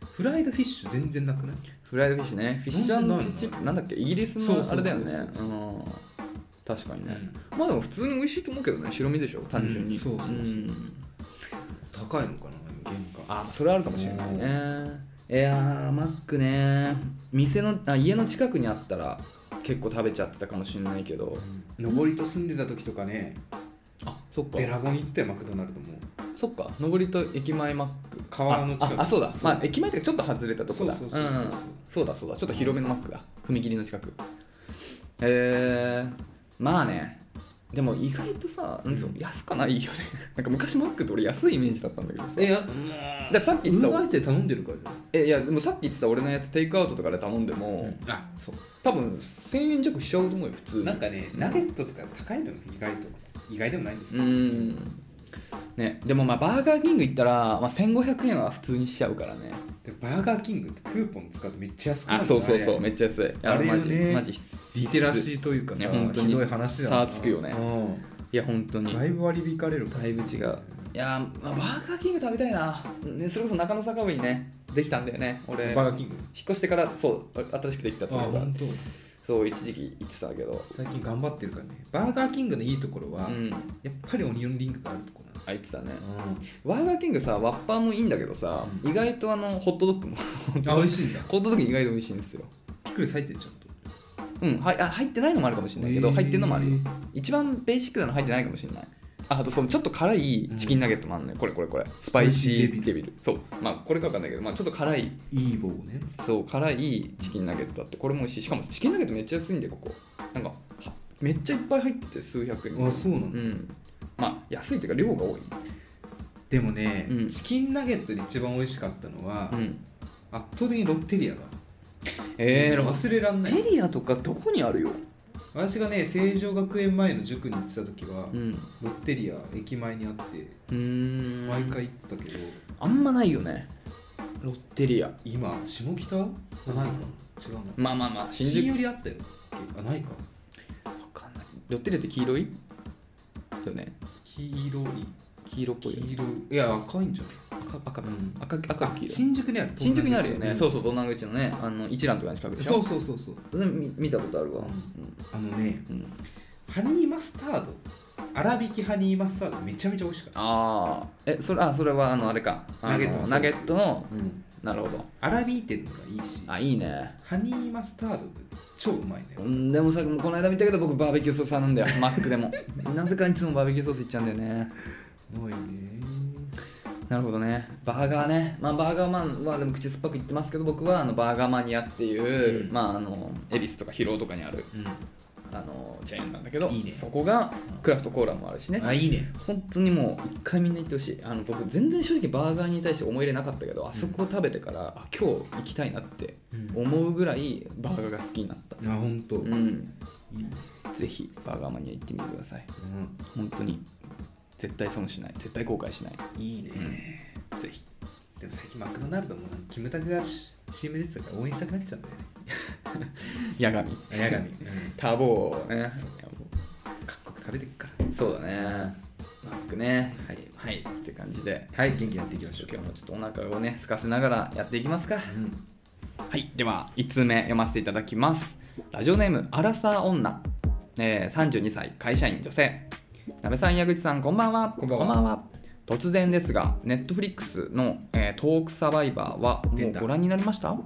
Speaker 1: フライドフィッシュ全然なくない
Speaker 2: フライドフィッシュねフィッシ
Speaker 1: なんで
Speaker 2: ュ
Speaker 1: ないの
Speaker 2: チップなんだっけイギリス
Speaker 1: そうそ
Speaker 2: の
Speaker 1: うそう
Speaker 2: あれだよね
Speaker 1: そうそう
Speaker 2: うん確かにね、まあでも普通に美味しいと思うけどね白身でしょ単純に、
Speaker 1: うんそうそうそうん高いのかな今原価
Speaker 2: あそれあるかもしれないねいやーマックね店のあ家の近くにあったら結構食べちゃってたかもしれないけど
Speaker 1: 登りと住んでた時とかね
Speaker 2: あそっか
Speaker 1: ベラボに行ってたよマクドナルドも
Speaker 2: そっか上りと駅前マック
Speaker 1: 川の近く
Speaker 2: あああそうだ
Speaker 1: そう
Speaker 2: まあ、駅前ってちょっと外れたとこだ
Speaker 1: そうそうそうそう
Speaker 2: うんそうだそうだちょっと広めのマックだ踏切の近くえー、まあねでも意外とさなんつうの
Speaker 1: うん
Speaker 2: 安かないよね [LAUGHS] なんか昔マックって俺安いイメージだったんだけどさ
Speaker 1: えやだ
Speaker 2: だからさっき
Speaker 1: ウ
Speaker 2: 言って
Speaker 1: ー
Speaker 2: た
Speaker 1: バーイーツで頼んでるからじ
Speaker 2: えいやでもさっき言ってた俺のやつテイクアウトとかで頼んでも、
Speaker 1: ゃんあそう
Speaker 2: 多分1000円弱しちゃうと思うよ普通
Speaker 1: なんかねナゲットとか高いのよ意外と意外でもないんです
Speaker 2: う
Speaker 1: けど
Speaker 2: ーんねでもまあバーガーキング行ったら、まあ、1500円は普通にしちゃうからね
Speaker 1: でもバーガーキングってクーポン使うとめっちゃ安くな
Speaker 2: あ
Speaker 1: る
Speaker 2: そうそうそう
Speaker 1: ね
Speaker 2: めっちゃ安いいや
Speaker 1: あれよ
Speaker 2: マジ
Speaker 1: ね
Speaker 2: マジ必須
Speaker 1: リテラシーというか
Speaker 2: ね
Speaker 1: さ
Speaker 2: 本当に
Speaker 1: ひどい話だな
Speaker 2: 差はつくよね
Speaker 1: う
Speaker 2: いや本当に
Speaker 1: んだ
Speaker 2: だ
Speaker 1: い
Speaker 2: い
Speaker 1: ぶ割り引かれるから
Speaker 2: ぶ違ういやー、まあ、バーガーキング食べたいな、ね、それこそ中野坂上にねできたんだよね俺
Speaker 1: バー
Speaker 2: 引っ
Speaker 1: ガーキング
Speaker 2: 越してからそう新しくできたところが
Speaker 1: 当
Speaker 2: そう一時期行ってたけど
Speaker 1: 最近頑張ってるからねバーガーキングのいいところは、
Speaker 2: うん
Speaker 1: やっぱりオニオンリングがあるところ
Speaker 2: あ行ってたね
Speaker 1: なんです
Speaker 2: バーガーキングさワッパーもいいんだけどさ、
Speaker 1: うん
Speaker 2: 意外とあのホットドッグも
Speaker 1: あ美味しいんだ
Speaker 2: ホットドッグ意外と美味しいんですよ
Speaker 1: ピクルス入ってるちゃんと
Speaker 2: うんはいあ入ってないのもあるかもしれないけど、
Speaker 1: へー
Speaker 2: 入ってるのもあるよ一番ベーシックなの入ってないかもしれないああとそのちょっと辛いチキンナゲットもあるのよ、これこれこれスパイシーデビルそうまあこれかわかんないけど、まあ、ちょっと辛い
Speaker 1: いい棒ね
Speaker 2: そう辛いチキンナゲットだってこれも美味しいしかもチキンナゲットめっちゃ安いんでここなんかはめっちゃいっぱい入ってて数百円
Speaker 1: あそうなの、
Speaker 2: んまあ安いっていうか量が多い
Speaker 1: でもね、
Speaker 2: うん
Speaker 1: チキンナゲットで一番美味しかったのは、
Speaker 2: うん
Speaker 1: 圧倒的にロッテリアが
Speaker 2: えー、
Speaker 1: 忘れらんない
Speaker 2: テリアとかどこにあるよ、
Speaker 1: 私がね成城学園前の塾に行ってた時は、
Speaker 2: ん、
Speaker 1: ロッテリア駅前にあって
Speaker 2: うん
Speaker 1: 毎回行ってたけど、
Speaker 2: あんまないよねロッテリア
Speaker 1: 今下北はないか違うな、
Speaker 2: まあまあまあ新
Speaker 1: 新
Speaker 2: 宿
Speaker 1: よりあったよあないか
Speaker 2: わかんないロッテリアって黄色いだよね
Speaker 1: 黄色い
Speaker 2: 黄色っぽいよね
Speaker 1: 黄色いいや赤いんじゃな
Speaker 2: 赤赤か、
Speaker 1: うん
Speaker 2: 赤赤黄
Speaker 1: い
Speaker 2: 色
Speaker 1: 新宿にある
Speaker 2: 新宿にあるよね、そううそう東南口のねあの一蘭とかの近くでし
Speaker 1: そ
Speaker 2: ょ
Speaker 1: うそうそうそう
Speaker 2: それ見見たことあるわ
Speaker 1: あのね
Speaker 2: うん、うん、
Speaker 1: ハニーマスタード粗挽きハニーマスタードめちゃめちゃ美味しかった
Speaker 2: ああえそれあそれはあのあれか
Speaker 1: ナ
Speaker 2: あの
Speaker 1: ゲットのソース
Speaker 2: ナゲットの
Speaker 1: うん
Speaker 2: なるほど
Speaker 1: 粗挽いてるのがいいし
Speaker 2: あいいね
Speaker 1: ハニーマスタード超うまいね
Speaker 2: うんでもさこの間見たけど僕バーベキューソース頼んだ
Speaker 1: [LAUGHS]
Speaker 2: よマックでもなぜかいつもバーベキューソースいっちゃうんだよね
Speaker 1: うまいね
Speaker 2: なるほどねバーガーね、まあ、バーガーマンはでも口酸っぱく言ってますけど僕はあのバーガーマニアっていう、
Speaker 1: うん
Speaker 2: まああの恵比寿とか広尾とかにあるあのチェーンなんだけど
Speaker 1: いいね
Speaker 2: そこがクラフトコーラもあるしね、
Speaker 1: あいいね
Speaker 2: 本当にもう一回みんな行ってほしいあの僕全然正直バーガーに対して思い入れなかったけどあそこを食べてから、あ今日行きたいなって思うぐらいバーガーが好きになった
Speaker 1: あ本当
Speaker 2: う
Speaker 1: い
Speaker 2: ん
Speaker 1: いね
Speaker 2: ぜひバーガーマニア行ってみてください
Speaker 1: うん
Speaker 2: 本当に絶対損しない絶対後悔しない
Speaker 1: いいね
Speaker 2: ぜひ
Speaker 1: でも最近マクドナルドもなキムタクが CM 出てたから応援したくなっちゃうんだよね
Speaker 2: 八神
Speaker 1: 矢神
Speaker 2: タボーね
Speaker 1: 各国食べてくか
Speaker 2: そうだねマックねはいはいって感じで
Speaker 1: らはい元気にやっていき
Speaker 2: 今
Speaker 1: ましょう
Speaker 2: 日もちょっとお腹をね空かせながらやっていきますか
Speaker 1: うん
Speaker 2: はい、では1通目読ませていただきます。ラジオネーム、アラサー女、えー、32歳、会社員女性。鍋さん、矢口さん、こんばんは。
Speaker 1: こんばんは
Speaker 2: 突然ですが、ネットフリックスの、えートークサバイバーはも
Speaker 1: 出
Speaker 2: う
Speaker 1: た
Speaker 2: ご覧になりました
Speaker 1: う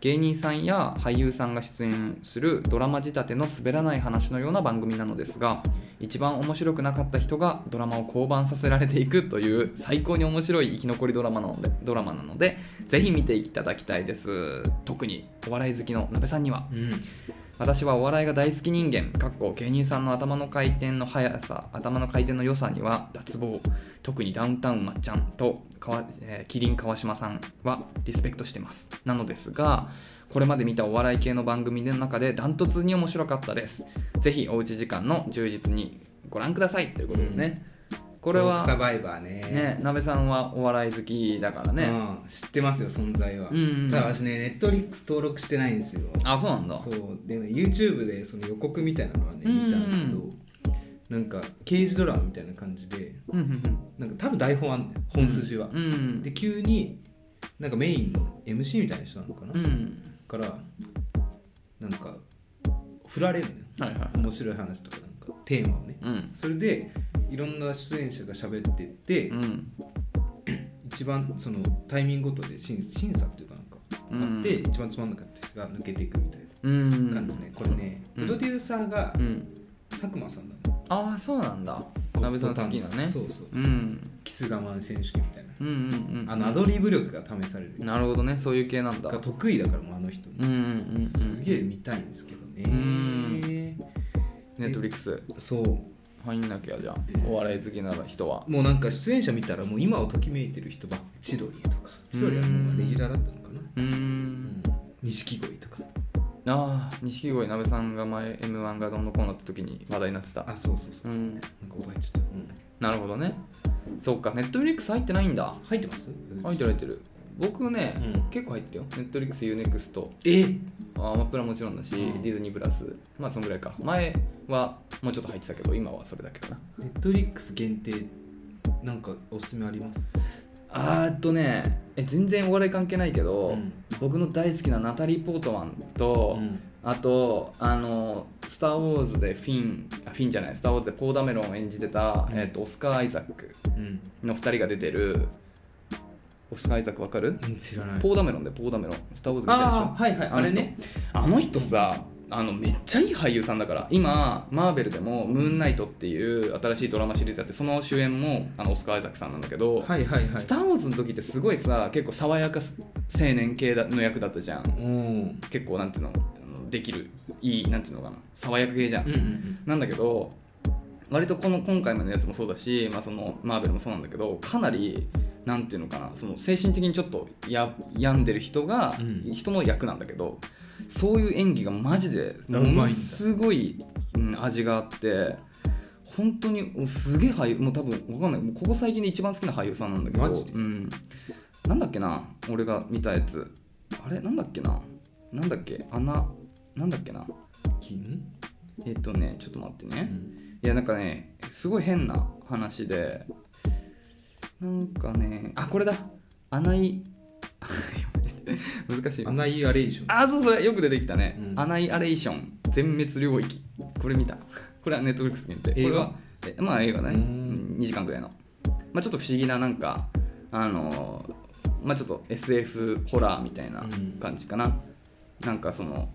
Speaker 2: 芸人さんや俳優さんが出演するドラマ仕立ての滑らない話のような番組なのですが一番面白くなかった人がドラマを降板させられていくという最高に面白い生き残りドラマなのでドラマなのでぜひ見ていただきたいです特にお笑い好きのなべさんには
Speaker 1: ん
Speaker 2: 私はお笑いが大好き人間かっこ芸人さんの頭の回転の速さ頭の回転の良さには脱帽特にダウンタウンまっちゃんと川、えーキリン川島さんはリスペクトしてますなのですがこれまで見たお笑い系の番組の中でダントツに面白かったですぜひおうち時間の充実にご覧くださいということでね、これ
Speaker 1: トークサ
Speaker 2: は
Speaker 1: バイバーね
Speaker 2: ねなべさんはお笑い好きだからね、
Speaker 1: うん知ってますよ存在は
Speaker 2: うんうんうん
Speaker 1: ただ私ねネットリックス登録してないんですよ
Speaker 2: あそうなんだ
Speaker 1: そうでね YouTube でその予告みたいなのはね
Speaker 2: うんうん
Speaker 1: 見たんですけどなんか刑事ドラマみたいな感じで
Speaker 2: うんうん
Speaker 1: なんか多分台本あんねん本筋は
Speaker 2: うんうん
Speaker 1: で急になんかメインの MC みたいな人なのかな
Speaker 2: うん
Speaker 1: からなんか振られるのよ
Speaker 2: はいはい
Speaker 1: 面白い話とかなんかテーマをね
Speaker 2: うん
Speaker 1: それでいろんな出演者が喋ってって、
Speaker 2: うん
Speaker 1: 一番そのタイミングごとで審審査っていうかなんか
Speaker 2: うん
Speaker 1: あって、一番つまんなかった人が抜けていくみたい
Speaker 2: うん
Speaker 1: な感じね、これね
Speaker 2: うん
Speaker 1: プロデューサーが
Speaker 2: うん
Speaker 1: 佐久間さんなの
Speaker 2: ああそうなんだ鍋さん好きなね
Speaker 1: そうそう
Speaker 2: うん
Speaker 1: キス我慢選手権みたいな、
Speaker 2: うんうんうん
Speaker 1: あのアドリブ力が試される
Speaker 2: なるほどねそういう系なんだ
Speaker 1: が得意だからもうあの人、
Speaker 2: うんうんうん
Speaker 1: すげえ見たいんですけどね、
Speaker 2: んネットフリックス
Speaker 1: そう
Speaker 2: 入んなきゃじゃあお笑い好きな人は
Speaker 1: もうなんか出演者見たらもう今をときめいてる人ばっか千鳥とか千鳥はもうレギュラーだったのかな
Speaker 2: うー
Speaker 1: うん
Speaker 2: ん
Speaker 1: 錦鯉とか
Speaker 2: ああ錦鯉鍋さんが前 m 1がどんどこうなった時に話題になってた
Speaker 1: あそうそうそうう、
Speaker 2: ん
Speaker 1: なんかお題ちょっと、
Speaker 2: なるほどねそっかネットフリックス入ってないんだ
Speaker 1: 入ってます
Speaker 2: 入ってる入ってる僕ね、
Speaker 1: うん
Speaker 2: 結構入ってるよネットフリックス UNEXT
Speaker 1: え
Speaker 2: あアマプラもちろんだし、
Speaker 1: うん
Speaker 2: ディズニープラスまあそんぐらいか前はもうちょっと入ってたけど今はそれだけかな
Speaker 1: ネットリックス限定なんかおすすめあります
Speaker 2: あーっとねえ全然お笑い関係ないけど、
Speaker 1: うん
Speaker 2: 僕の大好きなナタリー・ポートマンと、
Speaker 1: うん
Speaker 2: あとあの「スター・ウォーズ」でフィンあフィンじゃない「スター・ウォーズ」でポー・ダメロンを演じてた、
Speaker 1: うん
Speaker 2: えー、とオスカー・アイザック
Speaker 1: うん、
Speaker 2: の2人が出てるオスカー・アイザックわかる、
Speaker 1: うん、知らない
Speaker 2: ポー・ダメロンでポー・ダメロン「スター・ウォーズ」見てるでしょ
Speaker 1: ああはいはいあれね
Speaker 2: あの人さあのめっちゃいい俳優さんだから今マーベルでも「ムーンナイト」っていう新しいドラマシリーズやってその主演もあのオスカー・アイザックさんなんだけど「
Speaker 1: はいはいはい
Speaker 2: スター・ウォーズ」の時ってすごいさ結構爽やか青年系だの役だったじゃん
Speaker 1: うん
Speaker 2: 結構なんていうのあのできるいいなんていうのかな爽やか系じゃん、
Speaker 1: うんうん
Speaker 2: なんだけど割とこの今回のやつもそうだし、まあ、そのマーベルもそうなんだけどかなりなんていうのかなその精神的にちょっとや病んでる人が、
Speaker 1: うん
Speaker 2: 人の役なんだけどそういう演技がマジで
Speaker 1: あうま
Speaker 2: も
Speaker 1: いんだ
Speaker 2: のすごいうん味があって本当にうんすげえ俳優もう多分わかんないもうここ最近で一番好きな俳優さんなんだけど
Speaker 1: マジで
Speaker 2: うん、なんだっけな俺が見たやつあれなんだっけななんだっけ穴なんだっけな
Speaker 1: 金、
Speaker 2: えっとねちょっと待ってね、
Speaker 1: うん
Speaker 2: いやなんかねすごい変な話でなんかねあこれだ穴井 [LAUGHS] 難しい
Speaker 1: アナイアレーション
Speaker 2: あそうそれよく出てきたね、
Speaker 1: うん
Speaker 2: アナイアレーション全滅領域これ見たこれはネットフリックス限定
Speaker 1: 映画
Speaker 2: これはえまあ映画だね
Speaker 1: う
Speaker 2: うんん2時間ぐらいの、まあ、ちょっと不思議ななんかあのーまあちょっと SF ホラーみたいな感じかな、なんかその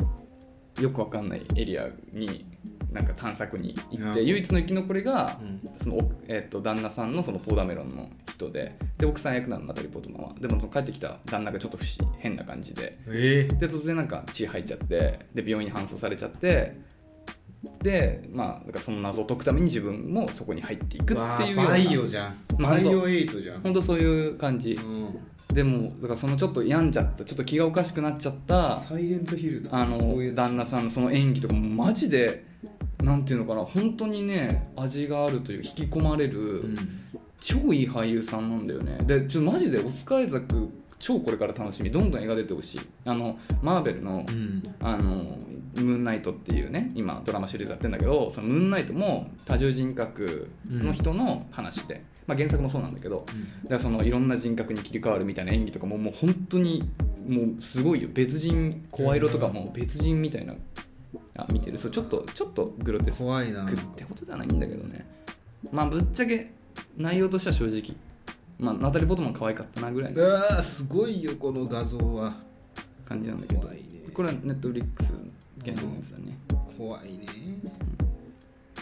Speaker 2: よくわかんないエリアになんか探索に行って
Speaker 1: うん
Speaker 2: 唯一の生き残りが、
Speaker 1: うん
Speaker 2: そのおえっと旦那さんのそのポーダメロンの人でで奥さん役なのナタリー・ポートマンはでもその帰ってきた旦那がちょっと不思変な感じで
Speaker 1: ええ
Speaker 2: で突然なんか血入っちゃってで病院に搬送されちゃってでまあなんかその謎を解くために自分もそこに入っていくっていうよう
Speaker 1: バイ
Speaker 2: な
Speaker 1: オじゃん
Speaker 2: まあ
Speaker 1: バイオエイトじゃん
Speaker 2: 本当そういう感じ
Speaker 1: うん
Speaker 2: でもだからそのちょっと病んじゃったちょっと気がおかしくなっちゃった
Speaker 1: サイレントヒルとか
Speaker 2: あ
Speaker 1: そうい
Speaker 2: の
Speaker 1: う
Speaker 2: 旦那さんのその演技とかもマジでなんていうのかな本当にね味があるという引き込まれる、超いい俳優さんなんだよねでちょっとマジでオスカー・アイザック超これから楽しみどんどん映画出てほしいあのマーベルの
Speaker 1: うん
Speaker 2: あの「ムーンナイト」っていうね今ドラマシリーズやってんだけどその「ムーンナイト」も多重人格の人の話で、まあ、原作もそうなんだけどだからそのいろんな人格に切り替わるみたいな演技とかももう本当にもうすごいよ別人声色とかも別人みたいなあ見てるそうちょっとちょっとグロテスク
Speaker 1: 怖いな
Speaker 2: ってことではないんだけどねまあぶっちゃけ内容としては正直まあナタリー・ポートマン可愛かったなぐらいの
Speaker 1: うわすごいよこの画像は
Speaker 2: 感じなんだけど
Speaker 1: 怖いね
Speaker 2: これはネットフリックス限定のやつだね、
Speaker 1: 怖いね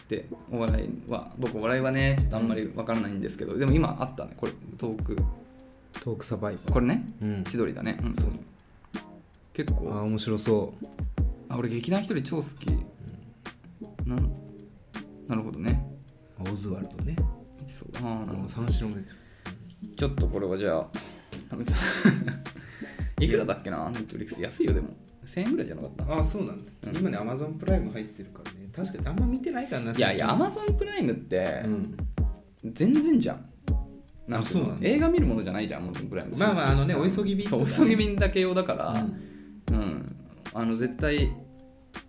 Speaker 2: でお笑いは僕お笑いはねちょっとあんまり分からないんですけどでも今あったねこれトーク
Speaker 1: トークサバイバ
Speaker 2: これね
Speaker 1: ーうん
Speaker 2: 千鳥だね、うん、そう結
Speaker 1: あー
Speaker 2: 構
Speaker 1: 面白そう
Speaker 2: あ俺劇団一人超好き、なんなるほどね
Speaker 1: オズワルドね
Speaker 2: そうあーなるほど
Speaker 1: 三四郎も出てる
Speaker 2: ちょっとこれはじゃあダメだいくらだっけなネットフリックス安いよでも1000円ぐらいじゃなかった
Speaker 1: あそうなんだ
Speaker 2: うん
Speaker 1: 今ねアマゾンプライム入ってるからね確かにあんま見てないからない
Speaker 2: やいやア
Speaker 1: ま
Speaker 2: マゾンプライムって
Speaker 1: うん
Speaker 2: 全然じゃんなん
Speaker 1: あ
Speaker 2: てい
Speaker 1: そうなんだ
Speaker 2: 映画見るものじゃないじゃんアマゾンプライム
Speaker 1: まあまああのねお急ぎ便
Speaker 2: そう
Speaker 1: と
Speaker 2: お
Speaker 1: かね
Speaker 2: 急ぎ便だけ用だか
Speaker 1: う
Speaker 2: ら
Speaker 1: ん
Speaker 2: うん、あの絶対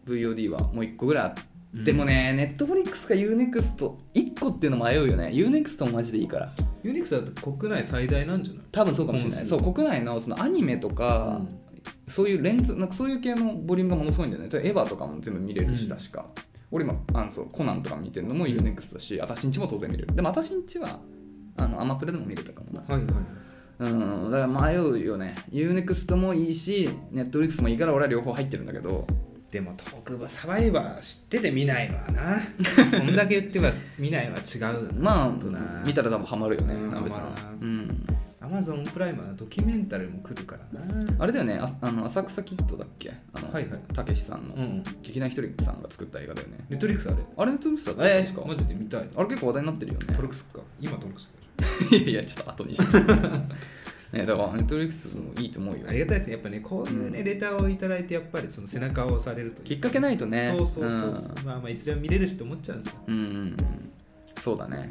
Speaker 2: VOD はもう1個ぐらいあってでもね、ネットフリックスか UNEXT1 個っていうの迷うよね UNEXT もマジでいいから
Speaker 1: ユニクスだと国内最大なんじゃない
Speaker 2: 多分そうかもしれない
Speaker 1: 本数
Speaker 2: そう国内のそのアニメとか、そういうレンズなんかそういう系のボリュームがものすごいんだよね例えばエヴァとかも全部見れるし、
Speaker 1: うん
Speaker 2: 確か俺今あのそうコナンとか見てるのも UNEXT だし私んちも当然見れるでも私んちはあのアマプラでも見れたかもな
Speaker 1: はいはい
Speaker 2: うんだから迷うよね UNEXT もいいし Netflix もいいから俺は両方入ってるんだけど
Speaker 1: でもトークサバイバー知ってて見ないのは [LAUGHS] なこんだけ言っては見ないのは違う
Speaker 2: ま
Speaker 1: ち
Speaker 2: あ
Speaker 1: ょっとな
Speaker 2: 見たら多分ハマるよね
Speaker 1: うん
Speaker 2: なべさ
Speaker 1: ハマる
Speaker 2: ん、
Speaker 1: な
Speaker 2: うん、
Speaker 1: アマゾンプライムはドキュメンタリーも来るからな
Speaker 2: あれだよねああの浅草キッドだっけあの
Speaker 1: はいはい
Speaker 2: たけしさんの、
Speaker 1: うん
Speaker 2: 劇団ひとりさんが作った映画だよね
Speaker 1: ネットフリックスあれ
Speaker 2: あれ Netflix だったん
Speaker 1: え
Speaker 2: ですか、
Speaker 1: ー、マジで見たい
Speaker 2: あれ結構話題になってるよね
Speaker 1: トルクスか今トルクスか
Speaker 2: [LAUGHS] いやいや、ちょっと後にして。
Speaker 1: [LAUGHS]
Speaker 2: ね、だから、ネットフリックスもいいと思うよ
Speaker 1: あ。りがたいですねやっぱねこういうね、
Speaker 2: うん
Speaker 1: レターをいただいてやっぱりその背中を押されるという
Speaker 2: きっかけないとね。
Speaker 1: そうそうそうそう、まあまあいつでも見れるしと思っちゃうんですよ
Speaker 2: うん。うんうんうん。そうだね。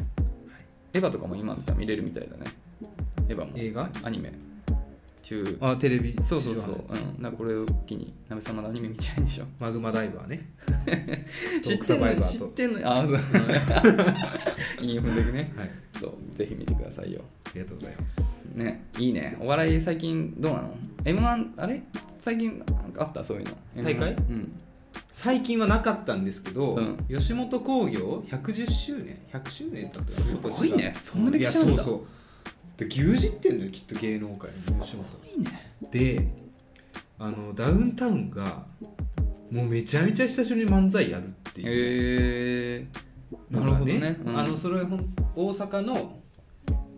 Speaker 2: エヴァとかも今見れるみたいだね。エヴァも。
Speaker 1: 映画
Speaker 2: アニメ。中。
Speaker 1: あテレビ
Speaker 2: そうそうそ
Speaker 1: 地上
Speaker 2: う。
Speaker 1: 波
Speaker 2: う
Speaker 1: のやつ
Speaker 2: ん。だからこれを機に、なべさんまだアニメ見てないん
Speaker 1: [LAUGHS]
Speaker 2: でしょ。
Speaker 1: マグマダイバーねト
Speaker 2: [LAUGHS] 知
Speaker 1: ー
Speaker 2: っ
Speaker 1: クサ
Speaker 2: てん
Speaker 1: バイ
Speaker 2: の
Speaker 1: バ
Speaker 2: 知
Speaker 1: ー
Speaker 2: っ
Speaker 1: と
Speaker 2: てんの
Speaker 1: [LAUGHS]
Speaker 2: あ、そう。 [LAUGHS] インフでね。
Speaker 1: はい
Speaker 2: そう。ぜひ見てくださいよ。
Speaker 1: ありがとうございます
Speaker 2: ね、いいね。お笑い最近どうなの ?M1、あれ最近なんかあったそういうの。M1
Speaker 1: 大会
Speaker 2: うん。
Speaker 1: 最近はなかったんですけど、
Speaker 2: うん
Speaker 1: 吉本興業110周年100周年だった
Speaker 2: すごいねそんな歴史ある
Speaker 1: いやそ
Speaker 2: んだ
Speaker 1: うそうで牛耳ってんのよきっと芸能界の吉本
Speaker 2: いいね。
Speaker 1: であのダウンタウンがもうめちゃめちゃ久しぶりに漫才やるっていう、
Speaker 2: へえなるほどね。うん
Speaker 1: あのそれほん大阪の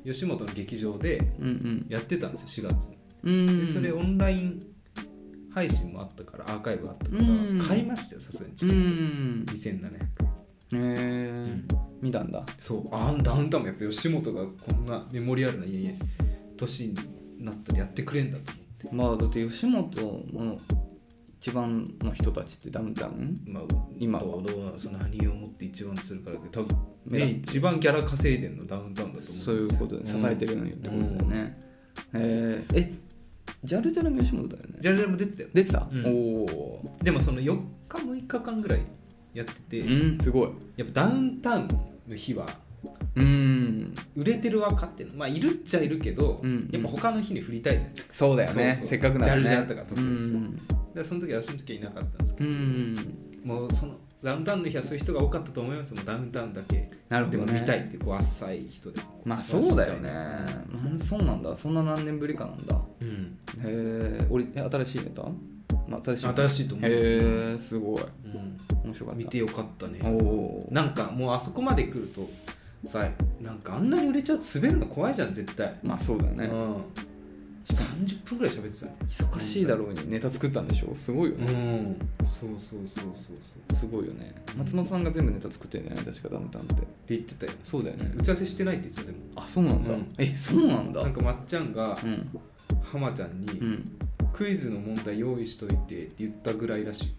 Speaker 1: 吉本の劇場で
Speaker 2: うん
Speaker 1: やってたんですよ4月に
Speaker 2: うん。う
Speaker 1: で
Speaker 2: ん。
Speaker 1: それオンライン配信もあったからアーカイブあったか
Speaker 2: うん
Speaker 1: ら買いましたよさすがに
Speaker 2: う
Speaker 1: チケッ
Speaker 2: ん
Speaker 1: ト。2700
Speaker 2: へ
Speaker 1: ん
Speaker 2: え見たんだ。
Speaker 1: そうあんダウンタウンもやっぱ吉本がこんなメモリアルな家に年になったらやってくれんだと思って
Speaker 2: まあだって吉本の一番の人たちってダウンタウン
Speaker 1: まあ
Speaker 2: 今
Speaker 1: どうどうなんその何をもって一番するからって多分
Speaker 2: 目
Speaker 1: ね
Speaker 2: 立
Speaker 1: 一番ギャラ稼いでんのダウンタウンだと思うんです
Speaker 2: そういうことで支えてるようにってことだよね、えーえジャルジャルも吉本だよね
Speaker 1: ジャルジャルも出てたよ
Speaker 2: 出てた、
Speaker 1: うん
Speaker 2: おお
Speaker 1: でもその4日6日間ぐらいやってて、
Speaker 2: うんすごい
Speaker 1: やっぱダウンタウンの日は
Speaker 2: うん
Speaker 1: 売れてる若手のまあいるっちゃいるけど、
Speaker 2: うん
Speaker 1: やっぱ他の日に振りたいじゃんだか
Speaker 2: そうだよね
Speaker 1: そうそう
Speaker 2: せっかくならね
Speaker 1: ジャルジャルとか特にさ
Speaker 2: うん
Speaker 1: らその時はその時はいなかったんですけ
Speaker 2: うん
Speaker 1: どもうそのダウンタウンの日はそういう人が多かったと思いますもうダウンタウンだけ
Speaker 2: なるほどね
Speaker 1: でも見たいっていうこう浅い人でも
Speaker 2: まあそうだよねなんそうなんだそんな何年ぶりかなんだ
Speaker 1: うん
Speaker 2: へえ俺え新しいネタ、まあ、新しいネタ
Speaker 1: 新しいと思う、
Speaker 2: へえすごい面白か
Speaker 1: う
Speaker 2: っ
Speaker 1: ん、見
Speaker 2: た
Speaker 1: てよかったね
Speaker 2: おお
Speaker 1: なんかもうあそこまで来るとさなんかあんなに売れちゃうと滑るの怖いじゃん絶対、
Speaker 2: まあそうだよね、
Speaker 1: うん30分ぐらい喋ってたね
Speaker 2: 忙しいだろうにネタ作ったんでしょすごいよ
Speaker 1: う
Speaker 2: ね、
Speaker 1: んそうそうそうそうそう
Speaker 2: すごいよね松本さんが全部ネタ作ってんじゃない確かダウンタウンって
Speaker 1: って言ってたよ
Speaker 2: そうだよね
Speaker 1: 打ち合わせしてないって言ってたでも
Speaker 2: あそうなんだ、
Speaker 1: うん
Speaker 2: えそうなんだ
Speaker 1: なんかまっちゃんが
Speaker 2: うん
Speaker 1: 浜ちゃん
Speaker 2: う
Speaker 1: に
Speaker 2: ん
Speaker 1: クイズの問題用意しといてって言ったぐらいらしい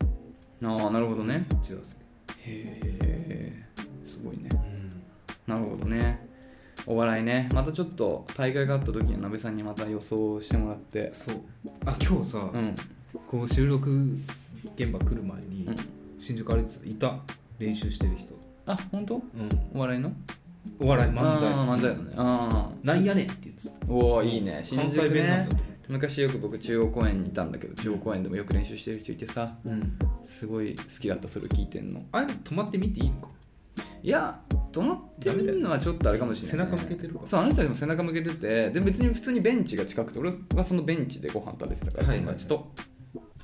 Speaker 2: ああなるほどね
Speaker 1: 打ち合わせ
Speaker 2: へえすごいね
Speaker 1: うん
Speaker 2: なるほどねお笑いねまたちょっと大会があった時になべさんにまた予想してもらって
Speaker 1: そうあ今日さ、
Speaker 2: うん
Speaker 1: こう収録現場来る前に
Speaker 2: うん
Speaker 1: 新宿歩いてたいた練習してる人、
Speaker 2: あ本当
Speaker 1: うん、
Speaker 2: お笑いの
Speaker 1: お笑い漫
Speaker 2: あ
Speaker 1: 才
Speaker 2: ー漫才のねあ
Speaker 1: なんやねんって言ってた
Speaker 2: あおおいいね新
Speaker 1: 関
Speaker 2: 宿
Speaker 1: 西弁なん
Speaker 2: ね
Speaker 1: だと
Speaker 2: 昔よく僕中央公園にいたんだけど中央公園でもよく練習してる人いてさ
Speaker 1: 思って、うん、
Speaker 2: すごい好きだったそれ聞いてんの
Speaker 1: ああいうの止まってみていいのか
Speaker 2: いや止まってみるのはちょっとあれかもしれない、ね、
Speaker 1: 背中向けてるから
Speaker 2: そうあの人たちも背中向けててで別に普通にベンチが近くて俺はそのベンチでご飯食べてたから
Speaker 1: はいはい
Speaker 2: 友達と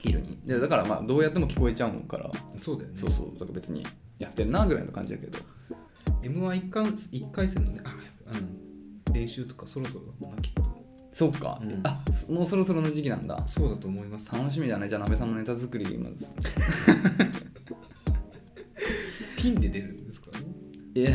Speaker 2: 昼にでだからまあどうやっても聞こえちゃうから
Speaker 1: そうだよね
Speaker 2: そうそうだから別にやってんなぐらいの感じだけど
Speaker 1: m 1 1回一回戦のねああの練習とかそろそろだもんなきっと
Speaker 2: そうか、
Speaker 1: うん
Speaker 2: あそもうそろそろの時期なんだ
Speaker 1: そうだと思います
Speaker 2: 楽しみだねじゃあ鍋さんのネタ作りまず
Speaker 1: ピンで出るんですからね
Speaker 2: いや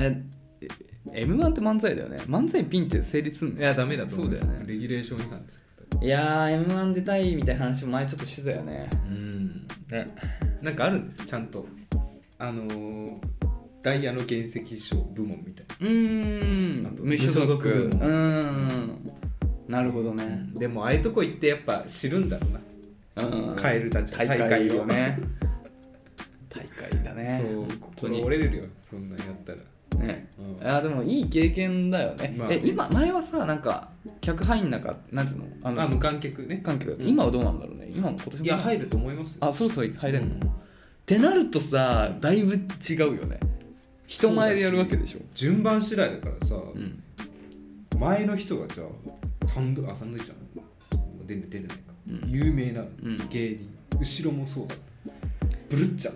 Speaker 2: m 1って漫才だよね漫才ピンって成立すん
Speaker 1: い
Speaker 2: の
Speaker 1: やダメだと思うんです
Speaker 2: そうだよね
Speaker 1: レギュレーション違反です
Speaker 2: いやー m 1出たいみたいな話も前ちょっとしてたよね
Speaker 1: うん
Speaker 2: ね
Speaker 1: なんかあるんですよちゃんとあのーダイヤの原石賞部門みたいう
Speaker 2: ー
Speaker 1: あ
Speaker 2: ん
Speaker 1: と
Speaker 2: 無所属
Speaker 1: 無所属
Speaker 2: うーんなるほどね
Speaker 1: なでもああいうとこ行ってやっぱ知るんだろうな
Speaker 2: うん
Speaker 1: カエルたち
Speaker 2: 大会
Speaker 1: [LAUGHS]
Speaker 2: をね大会だね
Speaker 1: そう
Speaker 2: 本当
Speaker 1: 心
Speaker 2: に
Speaker 1: 折れるよそんなんやったら
Speaker 2: ね
Speaker 1: うん
Speaker 2: あーでもいい経験だよね、
Speaker 1: まあ
Speaker 2: え今前はさなんか客入んなかなんていうのあの
Speaker 1: あ無観客ね
Speaker 2: 関係だった
Speaker 1: うん
Speaker 2: 今はどうなんだろうね今も今年も
Speaker 1: いや入ると思いますよ
Speaker 2: あそろそろ入れるの、
Speaker 1: うん
Speaker 2: ってなるとさだいぶ違うよね人前でやるわけでしょ
Speaker 1: 順番次第だからさ、
Speaker 2: うん
Speaker 1: 前の人がじゃあサンドあサンドイッチは出る出れないか、
Speaker 2: うん
Speaker 1: 有名な
Speaker 2: うん
Speaker 1: 芸人、後ろもそうだブルっちゃ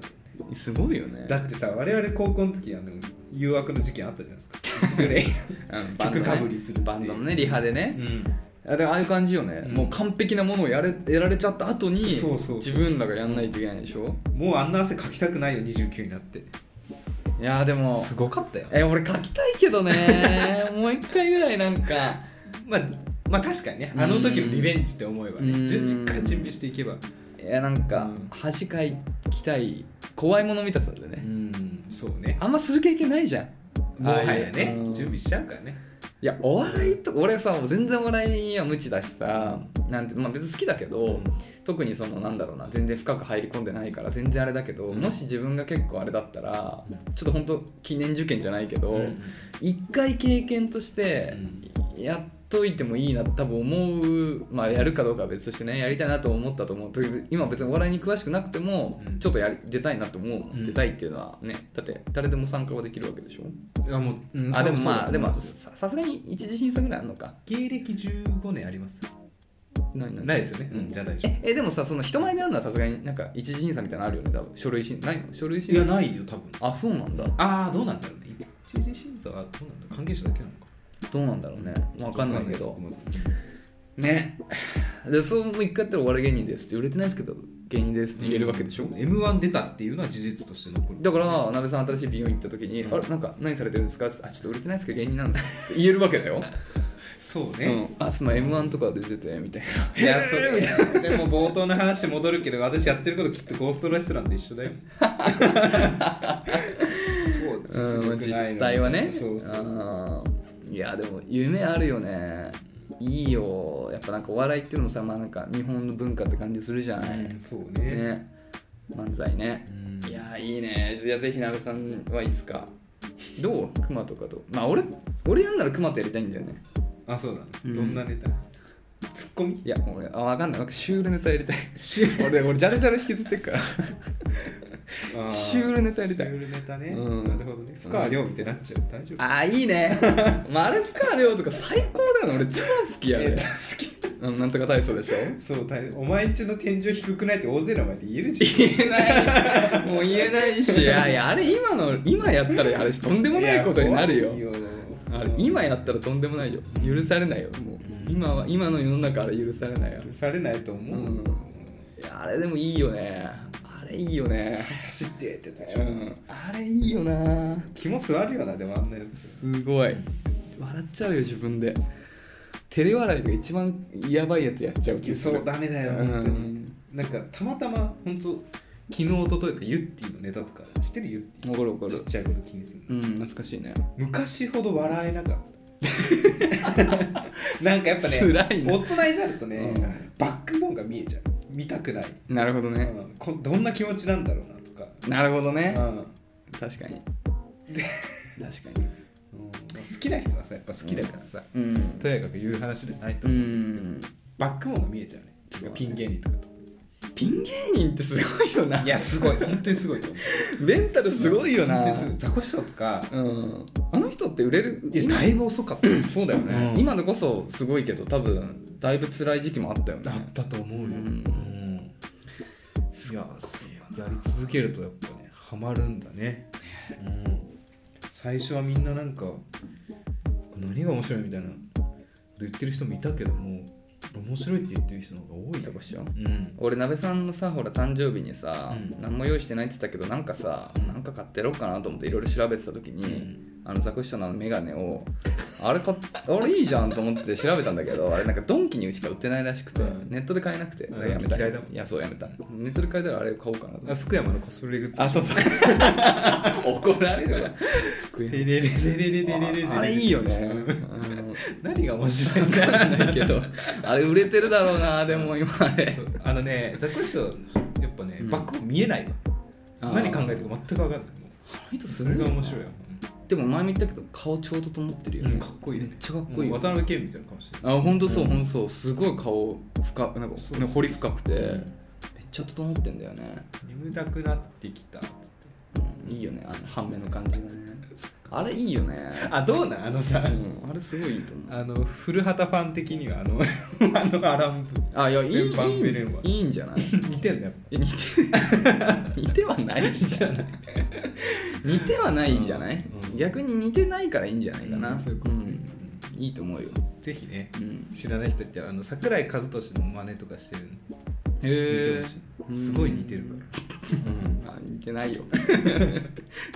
Speaker 1: う
Speaker 2: すごいよね
Speaker 1: だってさ我々高校の時あの誘惑の事件あったじゃないです
Speaker 2: [LAUGHS]
Speaker 1: かグレイ
Speaker 2: うんバン
Speaker 1: 曲
Speaker 2: ドね
Speaker 1: かぶりするってい
Speaker 2: バ
Speaker 1: う
Speaker 2: ンドのねリハでね、
Speaker 1: う
Speaker 2: あだからああいう感じよね、
Speaker 1: うん
Speaker 2: もう完璧なものをやれやられちゃった後に
Speaker 1: そうそうそう
Speaker 2: 自分らがやんないといけないでしょ
Speaker 1: んもうあんな汗かきたくないよ29になって
Speaker 2: いやーでも
Speaker 1: すごかったよ
Speaker 2: え俺書きたいけどね [LAUGHS] もう一回ぐらいなんか
Speaker 1: まあまあ確かにねあの時のリベンジって思えば
Speaker 2: うん
Speaker 1: ねじゅしっかり準備していけば
Speaker 2: いやなんか
Speaker 1: うん
Speaker 2: 恥かいきたい怖いもの見たさでね、
Speaker 1: んそうね
Speaker 2: あんまする経験ないじゃん
Speaker 1: もはや
Speaker 2: ああ
Speaker 1: ね
Speaker 2: いううん
Speaker 1: 準備しちゃうからね
Speaker 2: いやお笑いと俺さもう全然お笑いは無知だしさなんて、まあ、別に好きだけど、
Speaker 1: うん
Speaker 2: 特にそのなんだろうな全然深く入り込んでないから全然あれだけど、
Speaker 1: うん
Speaker 2: もし自分が結構あれだったら、
Speaker 1: う
Speaker 2: ちょっと本当記念受験じゃないけど、
Speaker 1: うん
Speaker 2: 一回経験としてやっといてもいいな多分思うまあやるかどうかは別としてねやりたいなと思ったと思う今別にお笑いに詳しくなくても、
Speaker 1: うん
Speaker 2: ちょっとやり出たいなと思うもん、
Speaker 1: うん
Speaker 2: 出たいっていうのはねだって誰でも参加はできるわけでしょ、
Speaker 1: いやもう、うん
Speaker 2: あでもまあ
Speaker 1: 多
Speaker 2: で
Speaker 1: 分そうだと思い
Speaker 2: も
Speaker 1: すよ
Speaker 2: ささすがに一次審査ぐらいあるのか
Speaker 1: 芸歴15年あります
Speaker 2: ないない
Speaker 1: ないですよね
Speaker 2: うん
Speaker 1: じゃあ大丈
Speaker 2: ええでもさその人前でやるのはさすがになんか一次審査みたいなのあるよね多分書類審ないの書類
Speaker 1: 夫
Speaker 2: 審
Speaker 1: い
Speaker 2: 査
Speaker 1: やないよ多分
Speaker 2: あそうなんだ
Speaker 1: ああどうなんだろうね一次審査はどうなんだろう関係者だけなのか
Speaker 2: どうなんだろうねわかんないけ
Speaker 1: わ
Speaker 2: ど
Speaker 1: かんない
Speaker 2: ね [LAUGHS] でそうもう一回やったらお笑い芸人ですって売れてないですけど芸人ですって言えるわけでしょ、
Speaker 1: m 1出たっていうのは事実として残る
Speaker 2: だから、なべさん新しい美容院行った時に、
Speaker 1: うん
Speaker 2: あれなんか何されてるんですかってあちょっと売れてないですけど芸人なんですって言えるわけだよ
Speaker 1: そう [LAUGHS]
Speaker 2: う
Speaker 1: ね、
Speaker 2: ん、あその m 1とかで出ててみたいない
Speaker 1: やそれでも冒頭の話戻るけど私やってることきっとゴーストレストランと一
Speaker 2: [LAUGHS]
Speaker 1: 緒だよそう
Speaker 2: うん
Speaker 1: 実力ないのに
Speaker 2: 実態はね
Speaker 1: そうそうそう
Speaker 2: あーいやでも夢あるよねいいよやっぱなんかお笑いっていうのもさまあなんか日本の文化って感じするじゃない、
Speaker 1: うんそうね
Speaker 2: ね漫才ね、
Speaker 1: うん
Speaker 2: いやーいいねじゃあぜひ鍋さんはいつかどう熊とかとまあ俺俺やんなら熊とやりたいんだよね
Speaker 1: あそうだ、ね
Speaker 2: うん
Speaker 1: どんなネタツッコミ
Speaker 2: いや俺あわかんないなんかシュールネタやりたい俺俺ジャルジャル引きずってっ
Speaker 1: [LAUGHS]
Speaker 2: から
Speaker 1: あ
Speaker 2: シュールネタやりたい
Speaker 1: シュールネタね、
Speaker 2: うん
Speaker 1: なるほどね深川亮みたいになっちゃう大丈夫
Speaker 2: あーいいね、まあ、あれ深川亮とか最高だよね俺超好きや
Speaker 1: え
Speaker 2: ね
Speaker 1: ー好き
Speaker 2: うんなんとか体操でしょ
Speaker 1: そう大お前んちの天井低くないって大勢の前で言えるじ
Speaker 2: 言えないもう言えな
Speaker 1: [LAUGHS]
Speaker 2: いしいやいやあれ今の今やったらあれとんで
Speaker 1: ゃん
Speaker 2: もないことになるよ
Speaker 1: いや怖いよ
Speaker 2: あれ今やったらとんでもないよ許されないよもう今は今の世の中あれ許されないよ
Speaker 1: 許されないと思う、
Speaker 2: うんいやあれでもいいよねあれいいよね
Speaker 1: 走ってってやつでし
Speaker 2: う
Speaker 1: ょ、
Speaker 2: んあれいいよな
Speaker 1: 気も座るよなでもあんなやつ
Speaker 2: すごい笑っちゃうよ自分で照れ笑いとか一番やばいやつやっちゃう気がす
Speaker 1: そ
Speaker 2: る
Speaker 1: うダメだよ
Speaker 2: うん
Speaker 1: 本当になんかたまたま本当昨日一昨日とかユッティのネタとか知ってるユッティ
Speaker 2: 怒る怒
Speaker 1: ちっ
Speaker 2: る
Speaker 1: ちゃいこと気にするの
Speaker 2: うん懐かしいね
Speaker 1: 昔ほど笑えなかった [LAUGHS] なんかやっぱね
Speaker 2: 辛いな
Speaker 1: 大人になるとね、
Speaker 2: うん
Speaker 1: バックボーンが見えちゃう見たくない、
Speaker 2: なるほどね
Speaker 1: うんこどんな気持ちなんだろうなとか、
Speaker 2: なるほど
Speaker 1: う
Speaker 2: ね
Speaker 1: んうん [LAUGHS]
Speaker 2: 確かに確かに
Speaker 1: 好きな人はさやっぱ好きだからさ、
Speaker 2: うん
Speaker 1: とやかく言う話じゃないと
Speaker 2: う
Speaker 1: 思うんですけど、
Speaker 2: ん
Speaker 1: バックボーンが見えちゃうね
Speaker 2: そうね
Speaker 1: ピン芸人とかと
Speaker 2: ピン芸人ってすごいよない
Speaker 1: やすごい本当にすごいと思う
Speaker 2: メンタルすごいよな
Speaker 1: 本当に [LAUGHS] すごいザコシショウとか
Speaker 2: うんあの人って売れる
Speaker 1: いや
Speaker 2: 今
Speaker 1: だいぶ遅かった
Speaker 2: そうだよね、
Speaker 1: うん
Speaker 2: 今でこそすごいけど多分だいぶ辛い時期もあったよね
Speaker 1: だったと思うよ、
Speaker 2: うん
Speaker 1: んいややり続けるとやっぱねハマるんだね、うん、最初はみんななんか何が面白いみたいなこと言ってる人もいたけども面白いって言ってる人の方が多い
Speaker 2: ザコシショウ
Speaker 1: うん
Speaker 2: 俺鍋さんのさほら誕生日にさ、
Speaker 1: うん
Speaker 2: 何も用意してないって言ってたけどなんかさ、
Speaker 1: うん
Speaker 2: なんか買ってやろうかなと思っていろいろ調べてた時に、あのザコシショウのあのメガネをあれ買っあれいいじゃんと思って調べたんだけどあれなんかドンキにしか売ってないらしくて、
Speaker 1: うん
Speaker 2: ネットで買えなくて
Speaker 1: うん
Speaker 2: だからやめた
Speaker 1: 嫌いだもん
Speaker 2: いやそうやめたネットで買えたらあれを買おうかなと思
Speaker 1: あ
Speaker 2: って
Speaker 1: 福山のコスプレグッズ
Speaker 2: あそうそう [LAUGHS] 怒られるわ
Speaker 1: ででででででででで
Speaker 2: ああれいいよね
Speaker 1: 何が面白い
Speaker 2: 分
Speaker 1: んだ
Speaker 2: かんないけどあれ売れてるだろうなでも今あれ
Speaker 1: あのねザコシショウやっぱね、
Speaker 2: うん
Speaker 1: バックボーン見えないわ
Speaker 2: あー
Speaker 1: 何考えてるか全く分かんないもうそれが面白いよ、
Speaker 2: でも前も言ったけど顔ちょうど整ってるよ
Speaker 1: う
Speaker 2: ね
Speaker 1: んかっこいいよ
Speaker 2: め
Speaker 1: ね
Speaker 2: っちゃかっこいい
Speaker 1: も
Speaker 2: よ
Speaker 1: う渡辺謙みたいな顔してる
Speaker 2: あ本当そう本当そうすごい顔深なんか
Speaker 1: そうそう
Speaker 2: ね彫り深くてめ
Speaker 1: う
Speaker 2: っ
Speaker 1: ん
Speaker 2: ちゃ整ってんだよね
Speaker 1: 眠たくなってきた
Speaker 2: うんいいよねあの半目の感じ
Speaker 1: [LAUGHS]
Speaker 2: がねあれいいよね
Speaker 1: あどうなんあのさ、
Speaker 2: うんあれすごいいいと思う
Speaker 1: あの古畑ファン的にはあの [LAUGHS] あのアランブ
Speaker 2: あいやいいいい
Speaker 1: 連番ベレンはい
Speaker 2: いんじゃない
Speaker 1: 似てんだよ
Speaker 2: え似て [LAUGHS] 似てはないじゃない似てはないじゃない
Speaker 1: うん
Speaker 2: 逆に似てないからいいんじゃないかな
Speaker 1: うんそういうことね
Speaker 2: うんいいと思うよ
Speaker 1: ぜひね
Speaker 2: うん
Speaker 1: 知らない人いたらあの桜井和寿の真似とかしてるんで見
Speaker 2: へえ
Speaker 1: てほしいすごい似てるから
Speaker 2: あ似
Speaker 1: [LAUGHS]
Speaker 2: てないよ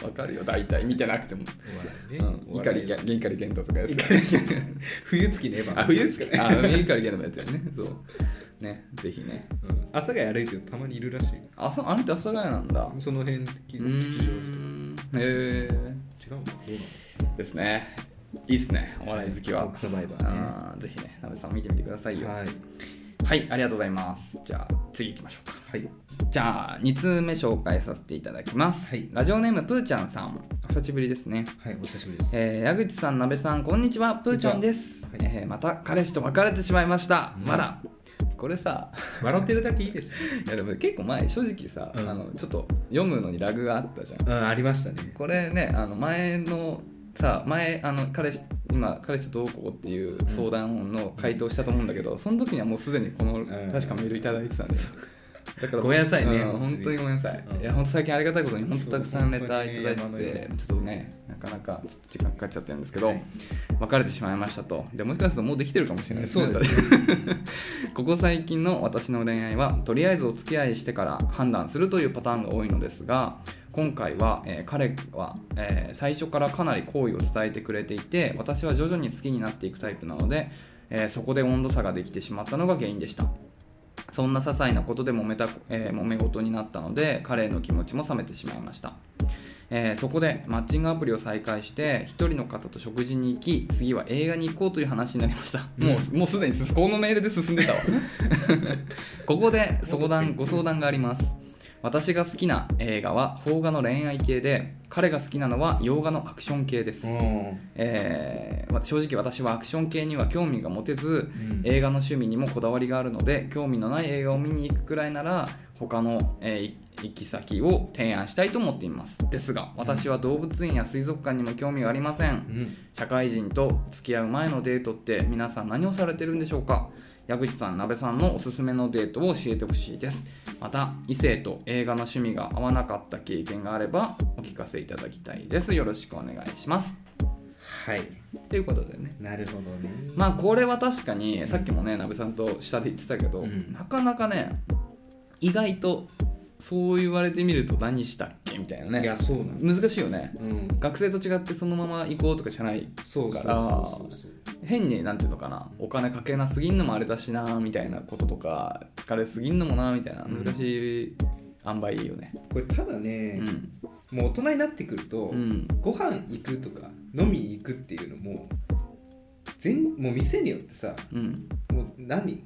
Speaker 2: わかるよ大体見てなくても
Speaker 1: お笑いねお
Speaker 2: 怒
Speaker 1: 笑
Speaker 2: り
Speaker 1: い
Speaker 2: ゲン怒りゲントとかです
Speaker 1: 冬月ね
Speaker 2: あ冬ですかね
Speaker 1: ね
Speaker 2: あ怒りゲントのやつよ [LAUGHS] ねそうねぜひね
Speaker 1: 朝ヶ谷歩いてるとたまにいるらしいよ
Speaker 2: あそあれって阿佐ヶ谷なんだ
Speaker 1: その辺
Speaker 2: う
Speaker 1: 吉
Speaker 2: ーん
Speaker 1: 祥寺
Speaker 2: へえ
Speaker 1: とか違うのどうなの
Speaker 2: ですねいいっすねお笑い好きは
Speaker 1: トークサバイバーね
Speaker 2: あーぜひねなべさん見てみてくださいよ
Speaker 1: はい
Speaker 2: はいありがとうございますじゃあ次行きましょうか
Speaker 1: はい
Speaker 2: じゃあ2通目紹介させていただきます、
Speaker 1: はい
Speaker 2: ラジオネームぷーちゃんさんお久しぶりですね
Speaker 1: はいお久しぶりです
Speaker 2: えー矢口さん、なべさん、こんにちは、ぷーちゃんです、
Speaker 1: はい
Speaker 2: えーまた彼氏と別れてしまいました、
Speaker 1: うん
Speaker 2: まだ。これさ、
Speaker 1: 笑ってるだけいいですよ
Speaker 2: いやでも結構前、正直さ、
Speaker 1: うん
Speaker 2: あのちょっと読むのにラグがあったじゃん。
Speaker 1: うんありましたね
Speaker 2: これね、あの前のさ、前、あの彼氏、今、彼氏とどうこうっていう相談の回答したと思うんだけど、その時にはもうすでにこの、
Speaker 1: ん
Speaker 2: 確かメールいただいてたんで。だか
Speaker 1: ごめんなさいね
Speaker 2: う本当にごめんなさい。
Speaker 1: うん
Speaker 2: いや、本当最近ありがたいことに、本当たくさんレターいただい
Speaker 1: そう本当に
Speaker 2: て
Speaker 1: ね
Speaker 2: て、ちょっとね、なかなかちょっと時間かかっちゃってるんですけど、
Speaker 1: はい
Speaker 2: 別れてしまいましたと。で、もしかするともうできてるかもしれない
Speaker 1: そうです
Speaker 2: ね。ここ最近の私の恋愛はとりあえずお付き合いしてから判断するというパターンが多いのですが今回は、えー彼は、えー最初からかなり好意を伝えてくれていて私は徐々に好きになっていくタイプなので、えーそこで温度差ができてしまったのが原因でしたそんな些細なことで揉めた、えー揉め事になったので彼への気持ちも冷めてしまいましたえーそこでマッチングアプリを再開して一人の方と食事に行き次は映画に行こうという話になりました、
Speaker 1: うん
Speaker 2: もうもうすでにこのメールで進んで
Speaker 1: [LAUGHS]
Speaker 2: たわここで相談ご相談があります私が好きな映画は邦画の恋愛系で彼が好きなのは洋画のアクション系です、
Speaker 1: うん
Speaker 2: えーわ正直私はアクション系には興味が持てず
Speaker 1: うん
Speaker 2: 映画の趣味にもこだわりがあるので興味のない映画を見に行くくらいなら他の、えーい行き先を提案したいと思っていますですが私は動物園や水族館にも興味がありません
Speaker 1: うん
Speaker 2: 社会人と付き合う前のデートって皆さん何をされてるんでしょうか矢口さん、鍋さんのおすすめのデートを教えてほしいですまた異性と映画の趣味が合わなかった経験があればお聞かせいただきたいですよろしくお願いします
Speaker 1: はい
Speaker 2: ということでね
Speaker 1: なるほどね
Speaker 2: まあこれは確かにさっきもね鍋さんと下で言ってたけど、
Speaker 1: うん
Speaker 2: なかなかね意外とそう言われてみると何したっけみたいないね
Speaker 1: やそうなの
Speaker 2: 難しいよね
Speaker 1: うん
Speaker 2: 学生と違ってそのまま行こうとかじゃない
Speaker 1: そうそう
Speaker 2: か
Speaker 1: そう
Speaker 2: ら
Speaker 1: そうそう
Speaker 2: 変になんていうのかなお金かけなすぎんのもあれだしなみたいなこととか疲れすぎんのもなみたいな
Speaker 1: うん
Speaker 2: 難しい塩梅いいよね
Speaker 1: これただ
Speaker 2: う
Speaker 1: ね、
Speaker 2: ん
Speaker 1: もう大人になってくると、
Speaker 2: うん
Speaker 1: ご飯行くとか飲みに行くっていうのも全もう店によってさ
Speaker 2: うん
Speaker 1: もう何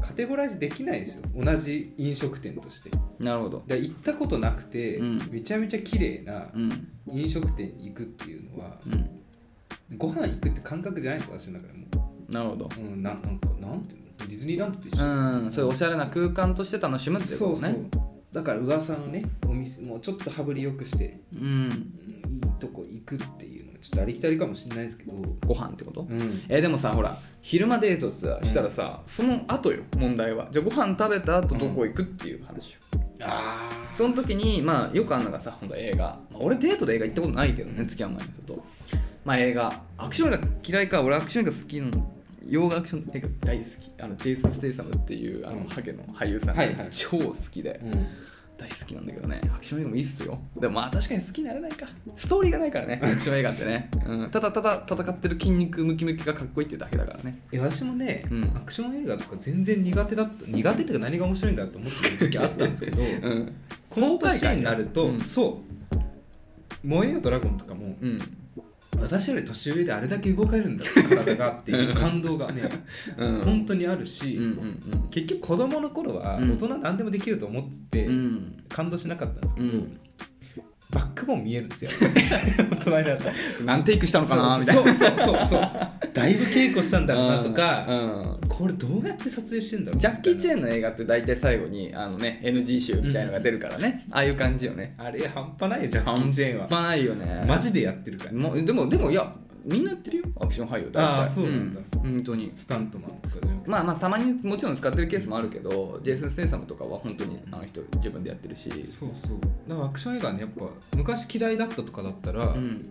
Speaker 1: カテゴライズできないんですよ同じ飲食店として
Speaker 2: なるほど
Speaker 1: で行ったことなくて、
Speaker 2: うん
Speaker 1: めちゃめちゃ綺麗な
Speaker 2: うん
Speaker 1: 飲食店に行くっていうのは、
Speaker 2: うん
Speaker 1: ご飯行くって感覚じゃないんですよ私の中でも
Speaker 2: なるほど
Speaker 1: う、うん、ななんかなんていうのディズニーランドと一緒です
Speaker 2: う
Speaker 1: よ
Speaker 2: んそういうおしゃれな空間として楽しむっていうこと
Speaker 1: そ
Speaker 2: ね
Speaker 1: うそうだから噂のねお店もうちょっと羽振りよくして
Speaker 2: うん
Speaker 1: うんいいとこ行くっていうのがちょっとありきたりかもしれないですけど、う
Speaker 2: ご飯ってこと、
Speaker 1: ん、
Speaker 2: えーでもさほら昼間デートさしたらさ、その後よ問題はじゃあご飯食べた後どこ行くっていう話よ、
Speaker 1: ああ
Speaker 2: その時にまあよくあんのがさほんと映画、まあ俺デートで映画行ったことないけどね付き合う前の人とまあ映画アクションが嫌いか俺アクションが好きなの洋画アクション映画大好きあのジェイソン・ステイサムっていうあ
Speaker 1: う
Speaker 2: の
Speaker 1: ん
Speaker 2: ハゲの俳優さんが
Speaker 1: はいはい
Speaker 2: 超好きで、
Speaker 1: うん
Speaker 2: 大好きなんだけどねアクション映画もいいっすよでもまあ確かに好きになれないかストーリーがないからねアクション映画ってね、うん、ただただ戦ってる筋肉ムキムキがかっこいいってだけだからね
Speaker 1: え私もね、
Speaker 2: うん
Speaker 1: アクション映画とか全然苦手だった苦手っていうか何が面白いんだと思ってる時期あったんですけど、
Speaker 2: [LAUGHS] うん
Speaker 1: この年になると、
Speaker 2: うん
Speaker 1: そう「燃えよドラゴン」とかも、
Speaker 2: うん
Speaker 1: 私より年上であれだけ動かれるんだって体がっていう感動がね、
Speaker 2: [LAUGHS] うんうん
Speaker 1: 本当にあるし、
Speaker 2: うんうん
Speaker 1: 結局子供の頃は
Speaker 2: うん
Speaker 1: 大人何でもできると思ってて、
Speaker 2: うん
Speaker 1: 感動しなかったんですけど、
Speaker 2: うん
Speaker 1: バックボーン見えるん
Speaker 2: [LAUGHS]
Speaker 1: ですよ大人になった
Speaker 2: 何テイクしたのかなみたいな
Speaker 1: そうそうそうそうそうだいぶ稽古したんだろうなとか、
Speaker 2: うん
Speaker 1: これどうやって撮影してんだろう
Speaker 2: ジャッキー・チェ
Speaker 1: ン
Speaker 2: ーンの映画って大体最後にあの、ね、NG 集みたいのが出るからね、ああいう感じよね
Speaker 1: あれ半端ないよジャッキー・チェーンは
Speaker 2: 半端ないよね
Speaker 1: マジでやってるから
Speaker 2: もうでもでもいやみんなやってるよアクション俳優大体
Speaker 1: あーそうなんだ
Speaker 2: うん、本当に
Speaker 1: スタントマンとかじゃなくて
Speaker 2: まあまあたまにもちろん使ってるケースもあるけど、ジェイソン・ステイサムとかは本当にあの人自分でやってるし、
Speaker 1: そうそうだからアクション映画はねやっぱ昔嫌いだったとかだったら、
Speaker 2: うん、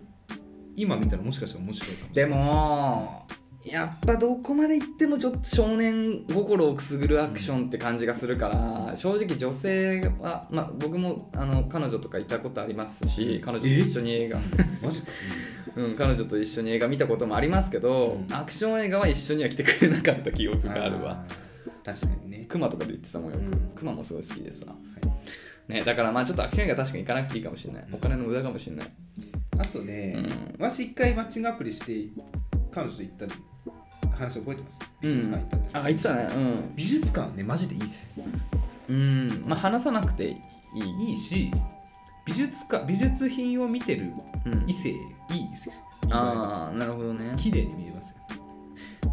Speaker 1: 今見たらもしかしたら面白いかもしれ
Speaker 2: でもやっぱどこまで行ってもちょっと少年心をくすぐるアクションって感じがするから、正直女性は、まあ、僕もあの彼女とかいたことありますし彼女と一緒に映画、
Speaker 1: ないマジか、
Speaker 2: うん、彼女と一緒に映画見たこともありますけど、
Speaker 1: うん
Speaker 2: アクション映画は一緒には来てくれなかった記憶 [LAUGHS] があるわ。
Speaker 1: あー確かにね
Speaker 2: クマとかで言ってたもんよ
Speaker 1: うん
Speaker 2: クマもすごい好きでさ、ね、だからまあちょっとアクション映画確かに行かなくていいかもしれないお金の無駄かもしれない
Speaker 1: あとね、
Speaker 2: うん
Speaker 1: わし一回マッチングアプリして彼女と行った話覚えてます美術館行ったんです、
Speaker 2: あ言ってたねうん
Speaker 1: 美術館はねマジでいいですよ
Speaker 2: うんまあ話さなくていい
Speaker 1: いいし美術館美術品を見てる
Speaker 2: うん
Speaker 1: 異性いいですよ
Speaker 2: ああなるほどね
Speaker 1: 綺麗に見えますよ、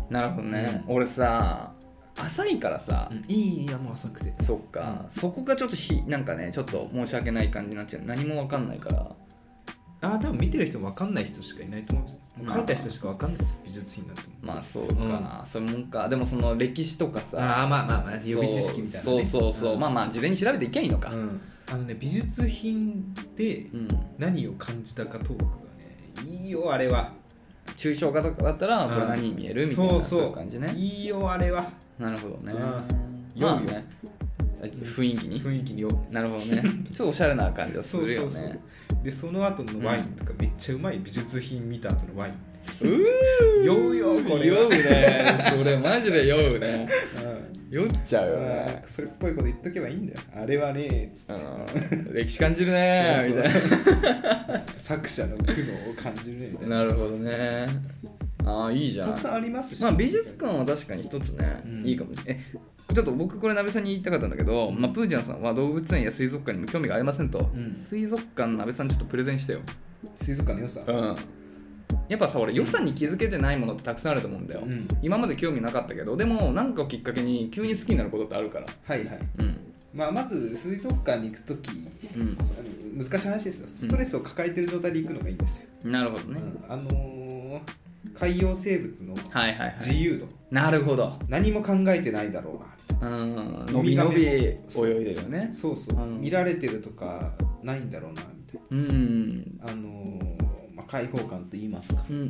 Speaker 2: なるほどね、俺さ浅いからさ、
Speaker 1: いいいやもう浅くて
Speaker 2: そっか、そこがちょっとひなんかねちょっと申し訳ない感じになっちゃう何も分かんないから
Speaker 1: あー多分見てる人も分かんない人しかいないと思うんですよ
Speaker 2: まあ
Speaker 1: 描いた人しか分かんないですよ美術品なんても
Speaker 2: まあそうか、そういうもんかでもその歴史とかさ
Speaker 1: あーまあまあまあ
Speaker 2: そう
Speaker 1: 予備知識みたいなね
Speaker 2: そうそうそう、
Speaker 1: うん
Speaker 2: まあまあ事前に調べていけばいいのか
Speaker 1: うんあのね美術品で
Speaker 2: うん
Speaker 1: 何を感じたかトークがねいいよあれは
Speaker 2: 抽象画とかだったら
Speaker 1: うん
Speaker 2: これ何に見えるみたいなそういう感じね
Speaker 1: いいよあれはい
Speaker 2: なるほどね
Speaker 1: うん
Speaker 2: まあね雰囲気に
Speaker 1: 雰囲気によ
Speaker 2: なるほど
Speaker 1: [LAUGHS]
Speaker 2: ねちょっとおしゃれな感じはす
Speaker 1: そう
Speaker 2: る
Speaker 1: そ
Speaker 2: よ
Speaker 1: うそう
Speaker 2: ね
Speaker 1: でその後のワインとかめっちゃうまい美術品見た後のワイン
Speaker 2: うー
Speaker 1: 酔うよこれは
Speaker 2: 酔うねそれマジで酔うね
Speaker 1: うん
Speaker 2: 酔っちゃうよ
Speaker 1: なん
Speaker 2: ね
Speaker 1: かそれっぽいこと言っとけばいいんだよあれはねつって
Speaker 2: うん歴史感じるね
Speaker 1: そう
Speaker 2: み
Speaker 1: そ
Speaker 2: た
Speaker 1: う
Speaker 2: い
Speaker 1: そう
Speaker 2: な
Speaker 1: [LAUGHS] 作者の苦悩を感じるねみたいな
Speaker 2: なるほどねああいいじゃん
Speaker 1: たくさんありますし、
Speaker 2: まあ美術館は確かに一つね、
Speaker 1: うん
Speaker 2: いいかもしれないえちょっと僕これ鍋さんに言いたかったんだけど、まあ、プージャンさんは動物園や水族館にも興味がありませんと、
Speaker 1: ん
Speaker 2: 水族館の鍋さんにちょっとプレゼンしてよ
Speaker 1: 水族館の良さ、
Speaker 2: うんやっぱさ俺予算に気づけてないものってたくさんあると思うんだよ、
Speaker 1: うん
Speaker 2: 今まで興味なかったけどでも何かをきっかけに急に好きになることってあるから
Speaker 1: はいはい、
Speaker 2: うん
Speaker 1: まあ、まず水族館に行く時
Speaker 2: うん
Speaker 1: あの難しい話ですよストレスを抱えてる状態で行くのがいいんですよ、
Speaker 2: なるほど
Speaker 1: う
Speaker 2: ね、
Speaker 1: んあのー海洋生物の
Speaker 2: はいはいはい
Speaker 1: 自由度、
Speaker 2: なるほど
Speaker 1: 何も考えてないだろうな
Speaker 2: うん
Speaker 1: ウ
Speaker 2: 伸
Speaker 1: ミ
Speaker 2: び
Speaker 1: ガ
Speaker 2: 伸
Speaker 1: メも
Speaker 2: び泳いでるよね
Speaker 1: そうそう、
Speaker 2: うん
Speaker 1: 見られてるとかないんだろうなみたい
Speaker 2: うんうん
Speaker 1: なあのーまあ、開放感と言いますか
Speaker 2: うんうんう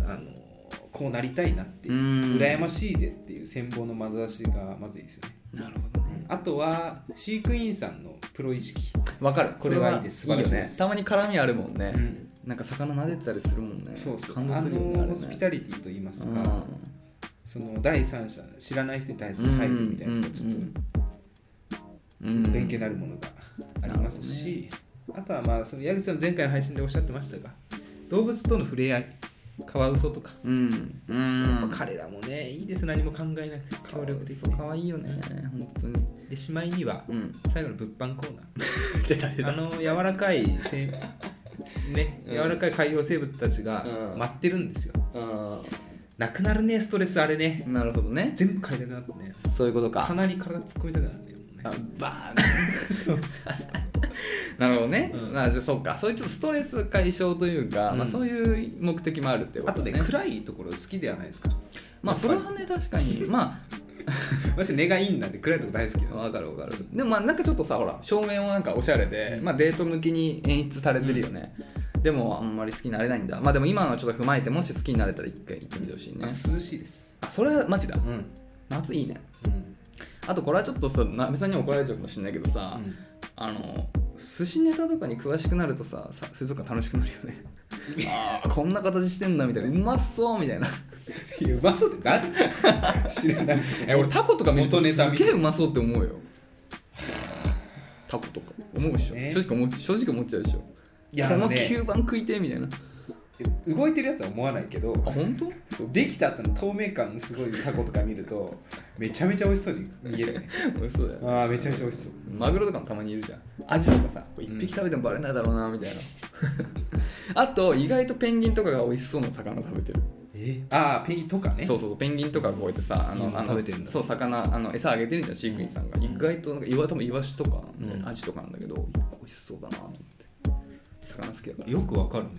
Speaker 2: ん
Speaker 1: あのーこうなりたいなっていう、
Speaker 2: うん
Speaker 1: 羨ましいぜっていう羨望の眼差しがまずいいですよね
Speaker 2: なるほどね
Speaker 1: あとは飼育員さんのプロ意識、
Speaker 2: わかる
Speaker 1: これはいいです
Speaker 2: それはいい
Speaker 1: 素晴
Speaker 2: よ
Speaker 1: らしいで
Speaker 2: ね
Speaker 1: す
Speaker 2: たまに絡みあるもんね、
Speaker 1: うん
Speaker 2: なんか魚撫でてたりするもんね
Speaker 1: そうそう
Speaker 2: 感動
Speaker 1: あ
Speaker 2: するよねあ
Speaker 1: の
Speaker 2: れね
Speaker 1: ホスピタリティと言いますか、
Speaker 2: う
Speaker 1: その第三者知らない人に対する
Speaker 2: ん
Speaker 1: 配慮みたいなのがちょっ
Speaker 2: うんうん
Speaker 1: と勉強になるものがありますし、あとはまあその矢口さん前回の配信でおっしゃってましたが動物との触れ合いカワウソとか、
Speaker 2: うんう
Speaker 1: やっ
Speaker 2: ん
Speaker 1: ぱ彼らもねいいです何も考えなく協力的
Speaker 2: そう
Speaker 1: に
Speaker 2: 可愛いよね本当に
Speaker 1: でしまいには
Speaker 2: うん
Speaker 1: 最後の物販コーナー
Speaker 2: 出た出
Speaker 1: あの柔らかい生ね
Speaker 2: うん
Speaker 1: 柔らかい海洋生物たちが
Speaker 2: うん
Speaker 1: 待ってるんですよ、
Speaker 2: う
Speaker 1: なくなるねストレスあれね
Speaker 2: んなるほどね
Speaker 1: 全部買いたくなってね
Speaker 2: そういうことか
Speaker 1: 鼻に体突っ込みたくなるんだよね
Speaker 2: あバーンそう [LAUGHS] なるほどね、
Speaker 1: うん
Speaker 2: まあじゃあそうかそういうちょっとストレス解消というか、
Speaker 1: うん
Speaker 2: まあ、そういう目的もあるっていうこ
Speaker 1: あと
Speaker 2: と
Speaker 1: ね
Speaker 2: ね
Speaker 1: 暗いところ好きではない
Speaker 2: [LAUGHS]
Speaker 1: ですか
Speaker 2: まあそれはね確かにま
Speaker 1: 私根がいいんだって暗いとこ大好きなんで
Speaker 2: あ
Speaker 1: すよ
Speaker 2: わかるわかるでもまあなんかちょっとさほら照明もなんかおしゃれで、
Speaker 1: うん
Speaker 2: まあ、デート向きに演出されてるよね、でもあんまり好きになれないんだまあでも今のはちょっと踏まえてもし好きになれたら一回行ってみてほしいね
Speaker 1: 涼しいです
Speaker 2: あそれはマジだ
Speaker 1: うん、
Speaker 2: 夏いいね
Speaker 1: うん
Speaker 2: あとこれはちょっとさなべさんに怒られちゃうかもしれないけどさ、あの寿司ネタとかに詳しくなるとささ水族館楽しくなるよねあーこんな形してんだみたいなうまそうみたいな
Speaker 1: [LAUGHS] いやうまそうって
Speaker 2: [LAUGHS]
Speaker 1: 何知らない
Speaker 2: え俺タコとか見ると
Speaker 1: 元ネ
Speaker 2: す
Speaker 1: タ見て
Speaker 2: げえうまそうって思うよ [SIGHS] タコとか思うでしょ、
Speaker 1: ね
Speaker 2: 正直思う正直思っちゃうでしょ
Speaker 1: いや
Speaker 2: この
Speaker 1: あのね
Speaker 2: 吸盤食いてえみたいな
Speaker 1: 動いてるやつは思わないけど
Speaker 2: あ本当
Speaker 1: そうできた後の透明感すごいタコとか見るとめちゃめちゃ美味しそうに見える
Speaker 2: [LAUGHS]
Speaker 1: ね
Speaker 2: 美味しそうだよ
Speaker 1: ああめちゃめちゃ美味しそう
Speaker 2: マグロとかもたまにいるじゃんアジとかさこれ一匹食べてもバレないだろうなみたいな [LAUGHS] あと意外とペンギンとかが美味しそうな魚食べてる
Speaker 1: えああペンギンとかね
Speaker 2: そうそうそうペンギンとかこうやってさあの
Speaker 1: いいの
Speaker 2: あの
Speaker 1: 食べてんだ
Speaker 2: そう魚あの餌あげてるじゃん飼育員さんが、意外となんかイワ多分イワシとか、ね
Speaker 1: うん
Speaker 2: アジとかなんだけど美味しそうだなと思って魚好きだから
Speaker 1: よくわかるね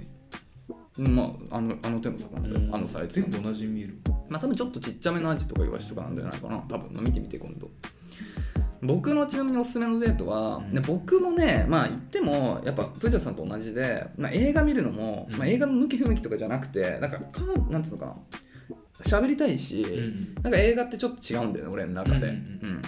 Speaker 2: うんまああのあの手の魚だよあのサイズの
Speaker 1: 同じに見える
Speaker 2: まあ多分ちょっとちっちゃめのアジとかイワシとかなんじゃないかな多分、まあ見てみて今度僕のちなみにおすすめのデートは、
Speaker 1: うん
Speaker 2: ね僕もねまあ言ってもやっぱプーチャさんと同じで、まあ、映画見るのも、
Speaker 1: うん
Speaker 2: まあ、映画の向き不向きとかじゃなくてなんかかなんつうのかな喋りたいし、
Speaker 1: うん
Speaker 2: なんか映画ってちょっと違うんだよね俺の中で、
Speaker 1: うん
Speaker 2: うん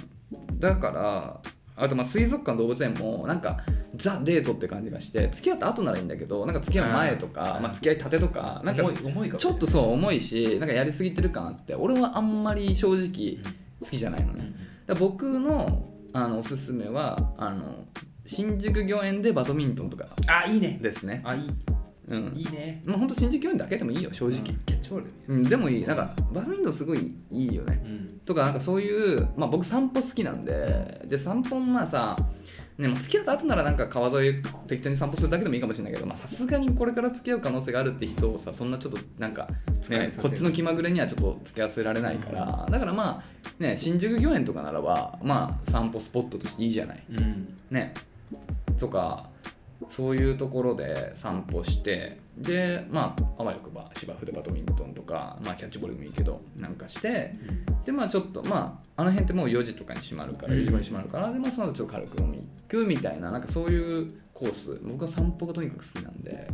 Speaker 2: だからあとまあ水族館動物園もなんかザ・デートって感じがして付き合った後ならいいんだけどなんか付き合う前とか、
Speaker 1: うん
Speaker 2: まあ、付き合いたてとかなんか
Speaker 1: 重い重いかも
Speaker 2: ちょっとそう重いしなんかやりすぎてる感あって俺はあんまり正直好きじゃないのねだから僕のあのおすすめはあの新宿御苑でバドミントンとか
Speaker 1: あいいね
Speaker 2: ですね
Speaker 1: あいい
Speaker 2: うん
Speaker 1: いいね
Speaker 2: まあ本当新宿御苑だけでもいいよ正直、
Speaker 1: キャッチボール
Speaker 2: うん、でもいいなんかバドミントンすごいいいよね
Speaker 1: うん
Speaker 2: とかなんかそういう、まあ、僕散歩好きなんでで散歩もまあさね、まあ付き合った後ならなんか川沿い適当に散歩するだけでもいいかもしれないけどまあさすがにこれから付き合う可能性があるって人をさそんなちょっとなんか、
Speaker 1: 疲れ
Speaker 2: ね
Speaker 1: させ、る
Speaker 2: こっちの気まぐれにはちょっと付き合わせられないから、だからまあ、ね、新宿御苑とかならばまあ散歩スポットとしていいじゃない
Speaker 1: うん
Speaker 2: ねとかそういうところで散歩してでまああわよくば芝生でバドミントンとか、まあ、キャッチボールでもいいけどなんかしてでまあちょっとまああの辺ってもう4時とかに閉まるから
Speaker 1: うん
Speaker 2: 4時まで閉まるから、でまあその後ちょっと軽く飲み行くみたいななんかそういうコース僕は散歩がとにかく好きなんで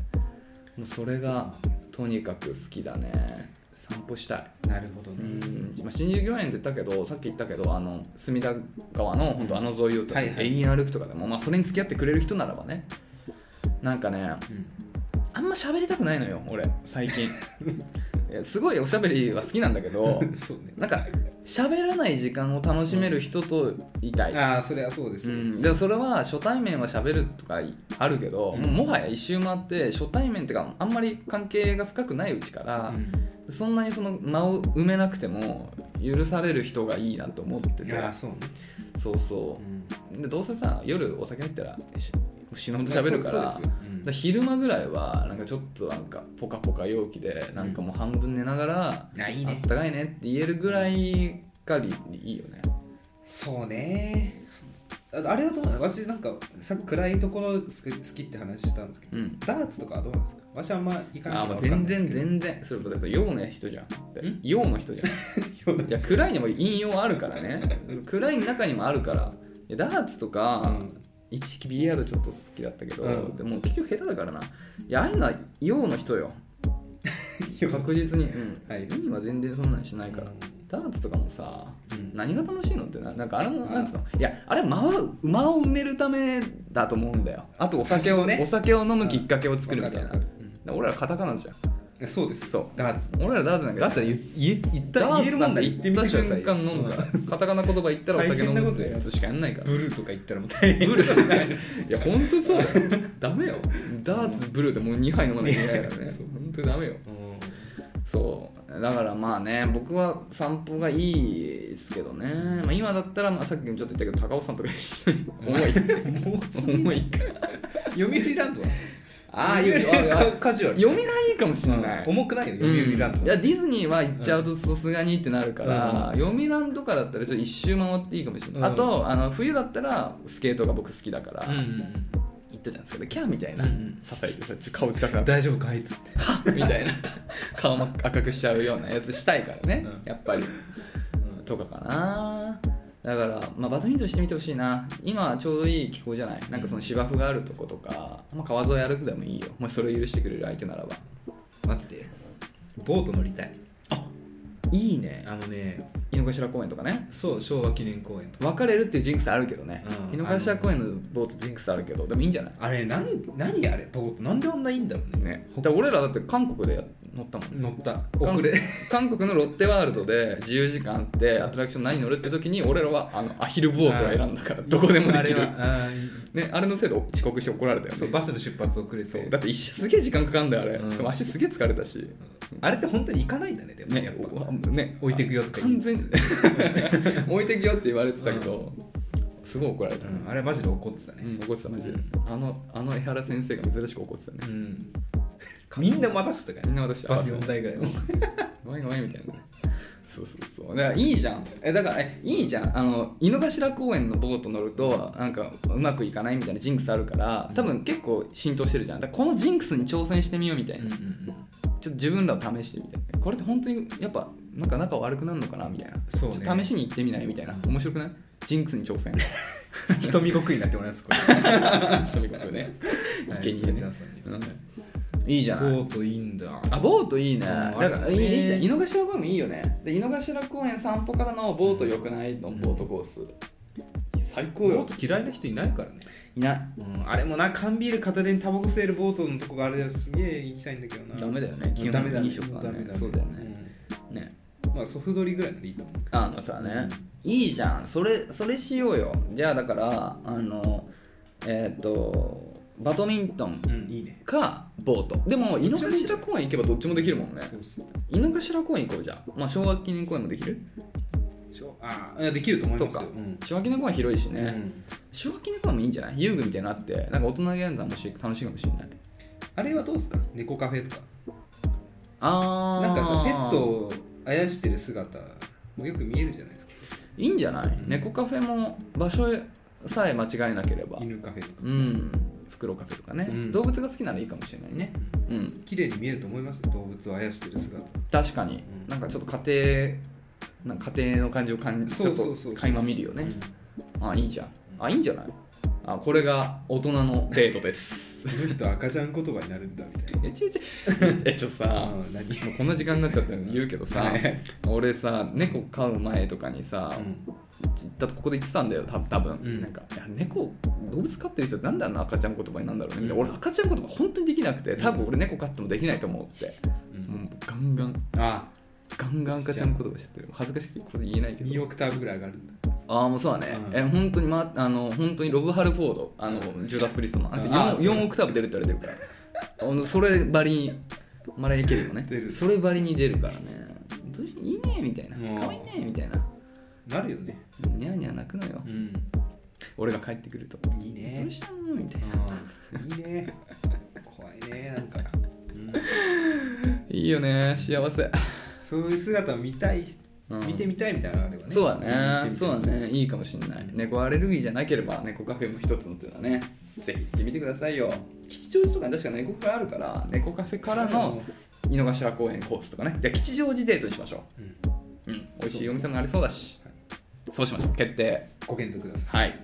Speaker 2: もうそれがとにかく好きだね散歩したい
Speaker 1: なるほど
Speaker 2: う
Speaker 1: ね、
Speaker 2: ん、まあ、新宿御苑って言ったけどさっき言ったけどあの隅田川の本当あの沿いを
Speaker 1: はいはい
Speaker 2: 永遠歩くとかでも、まあ、それに付き合ってくれる人ならばねなんかねあんま喋りたくないのよ俺最
Speaker 1: [LAUGHS]
Speaker 2: 近いやすごいおしゃべりは好きなんだけど
Speaker 1: うんそうね
Speaker 2: なんか喋らない時間を楽しめる人といたい、
Speaker 1: ああそれはそうです
Speaker 2: う
Speaker 1: よ、
Speaker 2: ん、でもそれは初対面は喋るとかあるけど、
Speaker 1: うん
Speaker 2: もうもはや一周回って初対面ってかあんまり関係が深くないうちから、そんなにその間を埋めなくても許される人がいいなと思って
Speaker 1: うん、い
Speaker 2: て
Speaker 1: やそうね、
Speaker 2: そうそうでどうせさ夜お酒入ったらし死ぬほど喋るから,、
Speaker 1: まあそうそうですようん
Speaker 2: だから昼間ぐらいはなんかちょっとなんかポカポカ陽気でなんかもう半分寝ながら、
Speaker 1: あいい
Speaker 2: あ
Speaker 1: ね
Speaker 2: ったかいねって言えるぐらいがりいいよね
Speaker 1: そうねああれはどうなの私なんかさっき暗いところ好き好きって話したんですけど、
Speaker 2: うん
Speaker 1: ダーツとかはどうなんですか私あんま行かない
Speaker 2: あー
Speaker 1: か
Speaker 2: も
Speaker 1: ら
Speaker 2: う
Speaker 1: 分かん
Speaker 2: 全
Speaker 1: ない
Speaker 2: 然
Speaker 1: ですけど
Speaker 2: 全然それだと陽の人じゃん
Speaker 1: ん
Speaker 2: 陽の人
Speaker 1: [LAUGHS]
Speaker 2: じゃんいや暗いにも陰陽あるからね暗いの中にもあるからいやダーツとか、
Speaker 1: うん
Speaker 2: 一時期ビリヤードちょっと好きだったけど、
Speaker 1: うん
Speaker 2: でも結局下手だからないやああいうのは陽の人よ [LAUGHS] 確実に、うん
Speaker 1: はい
Speaker 2: 陰は全然そんなにしないから、
Speaker 1: うん
Speaker 2: ダーツとかもさ、
Speaker 1: うん
Speaker 2: 何が楽しいのってななんかあれも
Speaker 1: うん
Speaker 2: なんつうのいやあれ間を間を埋めるためだと思うんだよあとお酒
Speaker 1: 多
Speaker 2: を、
Speaker 1: 少ね
Speaker 2: お酒を飲むきっかけを作るみたい
Speaker 1: わか
Speaker 2: な、
Speaker 1: るわかる
Speaker 2: で俺らカタカナじゃん
Speaker 1: うんそうです
Speaker 2: そう
Speaker 1: ダーツ
Speaker 2: 俺らダーツなんか
Speaker 1: ダーツは言言言った言えるもんだ
Speaker 2: 言
Speaker 1: 言
Speaker 2: っ
Speaker 1: ってて
Speaker 2: み
Speaker 1: み
Speaker 2: た
Speaker 1: てくださ
Speaker 2: 瞬
Speaker 1: い
Speaker 2: 間飲むから
Speaker 1: うん
Speaker 2: カタカナ言葉言ったらお酒飲むっ
Speaker 1: 大変なこと
Speaker 2: て
Speaker 1: だよ
Speaker 2: やつしかやんないから
Speaker 1: ブルーとか言ったらもう大変
Speaker 2: ブルーだよいや本当そうだよダメよダーツブルーでもう2杯飲まなきゃいけないからね
Speaker 1: そう
Speaker 2: 本当ダメよ
Speaker 1: [LAUGHS] うん
Speaker 2: そうだからまあね僕は散歩がいいですけどね、まあ、今だったら、まあ、さっきもちょっと言ったけど高尾山とか一緒に重い
Speaker 1: もうそん
Speaker 2: 重
Speaker 1: ない
Speaker 2: か
Speaker 1: 読売ランドは
Speaker 2: ああいう
Speaker 1: 読 [LAUGHS] 売
Speaker 2: ああ
Speaker 1: カカジュアル
Speaker 2: 読みないいかもしんない、
Speaker 1: うん重くないよ
Speaker 2: うん
Speaker 1: 読売ランド
Speaker 2: いやディズニーは行っちゃうとさすがにってなるから、
Speaker 1: うん
Speaker 2: 読みランドとかだったらちょっと一周回っていいかもしれな
Speaker 1: う
Speaker 2: い、
Speaker 1: ん
Speaker 2: あとあの冬だったらスケートが僕好きだから、
Speaker 1: うんうん
Speaker 2: 行ったじゃないですかキャーみたいな、
Speaker 1: うんうん
Speaker 2: 支えてさちょ顔近くな
Speaker 1: うん [LAUGHS]
Speaker 2: って
Speaker 1: 大丈夫かあいつって
Speaker 2: はっみたいな顔も赤くしちゃうようなやつしたいからね、
Speaker 1: うん
Speaker 2: やっぱりとかかなだから、まあ、バドミントンしてみてほしいな今ちょうどいい気候じゃないなんかその芝生があるとことか、まあ、川沿い歩くでもいいよもしそれを許してくれる相手ならば
Speaker 1: 待ってボート乗りたい
Speaker 2: いいね
Speaker 1: あのね
Speaker 2: 井の頭公園とかね
Speaker 1: そう昭和記念公園と
Speaker 2: 別れるっていうジンクスあるけどね、
Speaker 1: うん
Speaker 2: 井の頭公園のボートジンクスあるけどでもいいんじゃない
Speaker 1: あれなん何あれボートなんであんないいんだろうね
Speaker 2: ねだから俺らだって韓国でや乗ったもんね
Speaker 1: 乗った
Speaker 2: 韓
Speaker 1: 遅 [LAUGHS] れ
Speaker 2: 韓国のロッテワールドで自由時間あってアトラクション何乗るって時に俺らはあのアヒルボートを選んだからどこでもできる
Speaker 1: あれはあー
Speaker 2: ね、あれのせいで遅刻して怒られたよ、ね、
Speaker 1: そうバスの出発遅れ
Speaker 2: そう
Speaker 1: て
Speaker 2: だって一瞬すげえ時間かかんだよあれ、
Speaker 1: うん
Speaker 2: しかも足すげえ疲れたし、
Speaker 1: あれって本当に行かないんだねでもねや
Speaker 2: ね
Speaker 1: っ
Speaker 2: お
Speaker 1: ぱ
Speaker 2: あね
Speaker 1: 置いてくよとか言い
Speaker 2: 完
Speaker 1: つ
Speaker 2: 全に
Speaker 1: [LAUGHS]
Speaker 2: 置いてくよって言われてたけど、すごい怒られた、
Speaker 1: うんあれマジで怒ってた
Speaker 2: う
Speaker 1: ね
Speaker 2: ん、怒ってたマジであのあの江原先生が珍しく怒ってた
Speaker 1: [LAUGHS] う
Speaker 2: ね
Speaker 1: んみんな待たせたか
Speaker 2: み
Speaker 1: ら
Speaker 2: ん
Speaker 1: ね
Speaker 2: な私
Speaker 1: バス4台ぐらい
Speaker 2: ごめんごめんみたいなそうそうそうだからいいじゃんえだからえいいじゃんあの井の頭公園のボート乗るとなんかうまくいかないみたいなジンクスあるから多分結構浸透してるじゃんだからこのジンクスに挑戦してみようみたいな、ちょっと自分らを試してみたいなこれって本当にやっぱなんか仲悪くなるのかなみたいな
Speaker 1: そうね
Speaker 2: ちょっと試しに行ってみないみたいな面白くないジンクスに
Speaker 1: [LAUGHS]
Speaker 2: 挑戦 [LAUGHS]
Speaker 1: 人見国になってもらいますこれ
Speaker 2: 人見事ね
Speaker 1: はい
Speaker 2: 池にね、
Speaker 1: 皆さんに
Speaker 2: うんいいじゃない
Speaker 1: ボートいいんだ
Speaker 2: あボートいいね。
Speaker 1: うん
Speaker 2: だから
Speaker 1: ある
Speaker 2: い
Speaker 1: よね
Speaker 2: いいいじゃん。井の頭公園もいいよね。で井の頭公園散歩からのボート良くないのボートコース。最
Speaker 1: ボ
Speaker 2: 高
Speaker 1: ー
Speaker 2: よ。
Speaker 1: ト嫌いな人いないからね
Speaker 2: いない。
Speaker 1: うんあれもな缶ビール片手にタバコ吸えるボートのとこがあれだよすげえ行きたいんだけどな
Speaker 2: ダメだよね。基
Speaker 1: ダメだ
Speaker 2: 本的に
Speaker 1: ね
Speaker 2: 飲食は
Speaker 1: ダメ
Speaker 2: ね
Speaker 1: だ。
Speaker 2: そうだよね。
Speaker 1: うん
Speaker 2: ね。
Speaker 1: まあソフトリぐらいならいいと思うけ
Speaker 2: あのさね。いいじゃん。それそれしようよ。じゃあだからあのえっ、とバドミントン
Speaker 1: どうんいいね
Speaker 2: かボート。でも井の頭公園行けばどっちもできるもんね。
Speaker 1: そうそう
Speaker 2: 井の頭公園行こうじゃん。まあ昭和記念公園もできる。
Speaker 1: しょあいやできると思い
Speaker 2: そう
Speaker 1: ますよ
Speaker 2: か
Speaker 1: うん。
Speaker 2: 昭和記念公園広いしね。
Speaker 1: うん
Speaker 2: 手話き猫もいいんじゃない遊具みたいなのあってなんか大人げなんだ楽しい楽しいかもしれない
Speaker 1: あれはどうですか猫カフェとか
Speaker 2: あー
Speaker 1: なんかさペットをあやしてる姿もよく見えるじゃないですか
Speaker 2: いいんじゃない、
Speaker 1: うん
Speaker 2: 猫カフェも場所さえ間違えなければ
Speaker 1: 犬カフェとか
Speaker 2: うん袋カフェとかね、
Speaker 1: うん
Speaker 2: 動物が好きならいいかもしれないねうん
Speaker 1: 綺麗に見えると思いますよ動物をあやしてる姿
Speaker 2: 確かに、
Speaker 1: うん
Speaker 2: なんかちょっと家庭なんか家庭の感じを感じち
Speaker 1: そ
Speaker 2: ょ
Speaker 1: う
Speaker 2: っ
Speaker 1: そうそう
Speaker 2: と垣間見るよね
Speaker 1: うん
Speaker 2: あいいじゃんあいいんじゃないあこれが大人のデートです [LAUGHS] です
Speaker 1: この人赤ちゃん言葉になるんだみたいな
Speaker 2: えちょちょ [LAUGHS] えちょさ、
Speaker 1: うん何
Speaker 2: もうこんな時間になっちゃったのに言うけどさ、
Speaker 1: はい
Speaker 2: 俺さ猫飼う前とかにさ、だってここで言ってたんだよた多分、
Speaker 1: うん
Speaker 2: なんかいや猫動物飼ってる人なんであの赤ちゃん言葉になんだろうねみたいな、
Speaker 1: うん
Speaker 2: 俺赤ちゃん言葉本当にできなくて多分俺猫飼ってもできないと思うって、
Speaker 1: うん
Speaker 2: もうガンガン
Speaker 1: あ
Speaker 2: ガンガン赤ちゃん言葉しちゃってる恥ずかしくてここで言えないけ
Speaker 1: 2
Speaker 2: ど
Speaker 1: オクターブぐらい上がるんだ
Speaker 2: ああもうそうだね、
Speaker 1: うん
Speaker 2: え本当にまあの本当にロブ・ハルフォードあのジュダス・プリストのあの人
Speaker 1: うんあー
Speaker 2: 4,
Speaker 1: そう
Speaker 2: 4オクターブ出るって言われてるからあのそればりにマライア・ケリーもね
Speaker 1: 出る
Speaker 2: そればりに出るからねどうしいいねみたいな
Speaker 1: うん
Speaker 2: 可愛いねみたいな
Speaker 1: なるよね
Speaker 2: ニャーニャー泣くのよ、
Speaker 1: ん
Speaker 2: 俺が帰ってくると
Speaker 1: いい
Speaker 2: ど
Speaker 1: ね
Speaker 2: うしたのみたいな
Speaker 1: うんいいね怖いねなんか、うん
Speaker 2: いいよね幸せ、
Speaker 1: そういう姿を見たい、
Speaker 2: うん
Speaker 1: 見てみたいみたいなのがあればね
Speaker 2: そうだねそうだ
Speaker 1: ね
Speaker 2: ねいいかもしんない猫アレルギーじゃなければ猫カフェも一つのっていうのはねぜひ行ってみてくださいよ吉祥寺とかに確か猫カフェあるから猫カフェからの井の頭公園コースとかねじゃあ吉祥寺デートにしましょ
Speaker 1: うん
Speaker 2: ううん美味しいお店もありそうだしそうしましょう決定
Speaker 1: ご検討くださ
Speaker 2: はい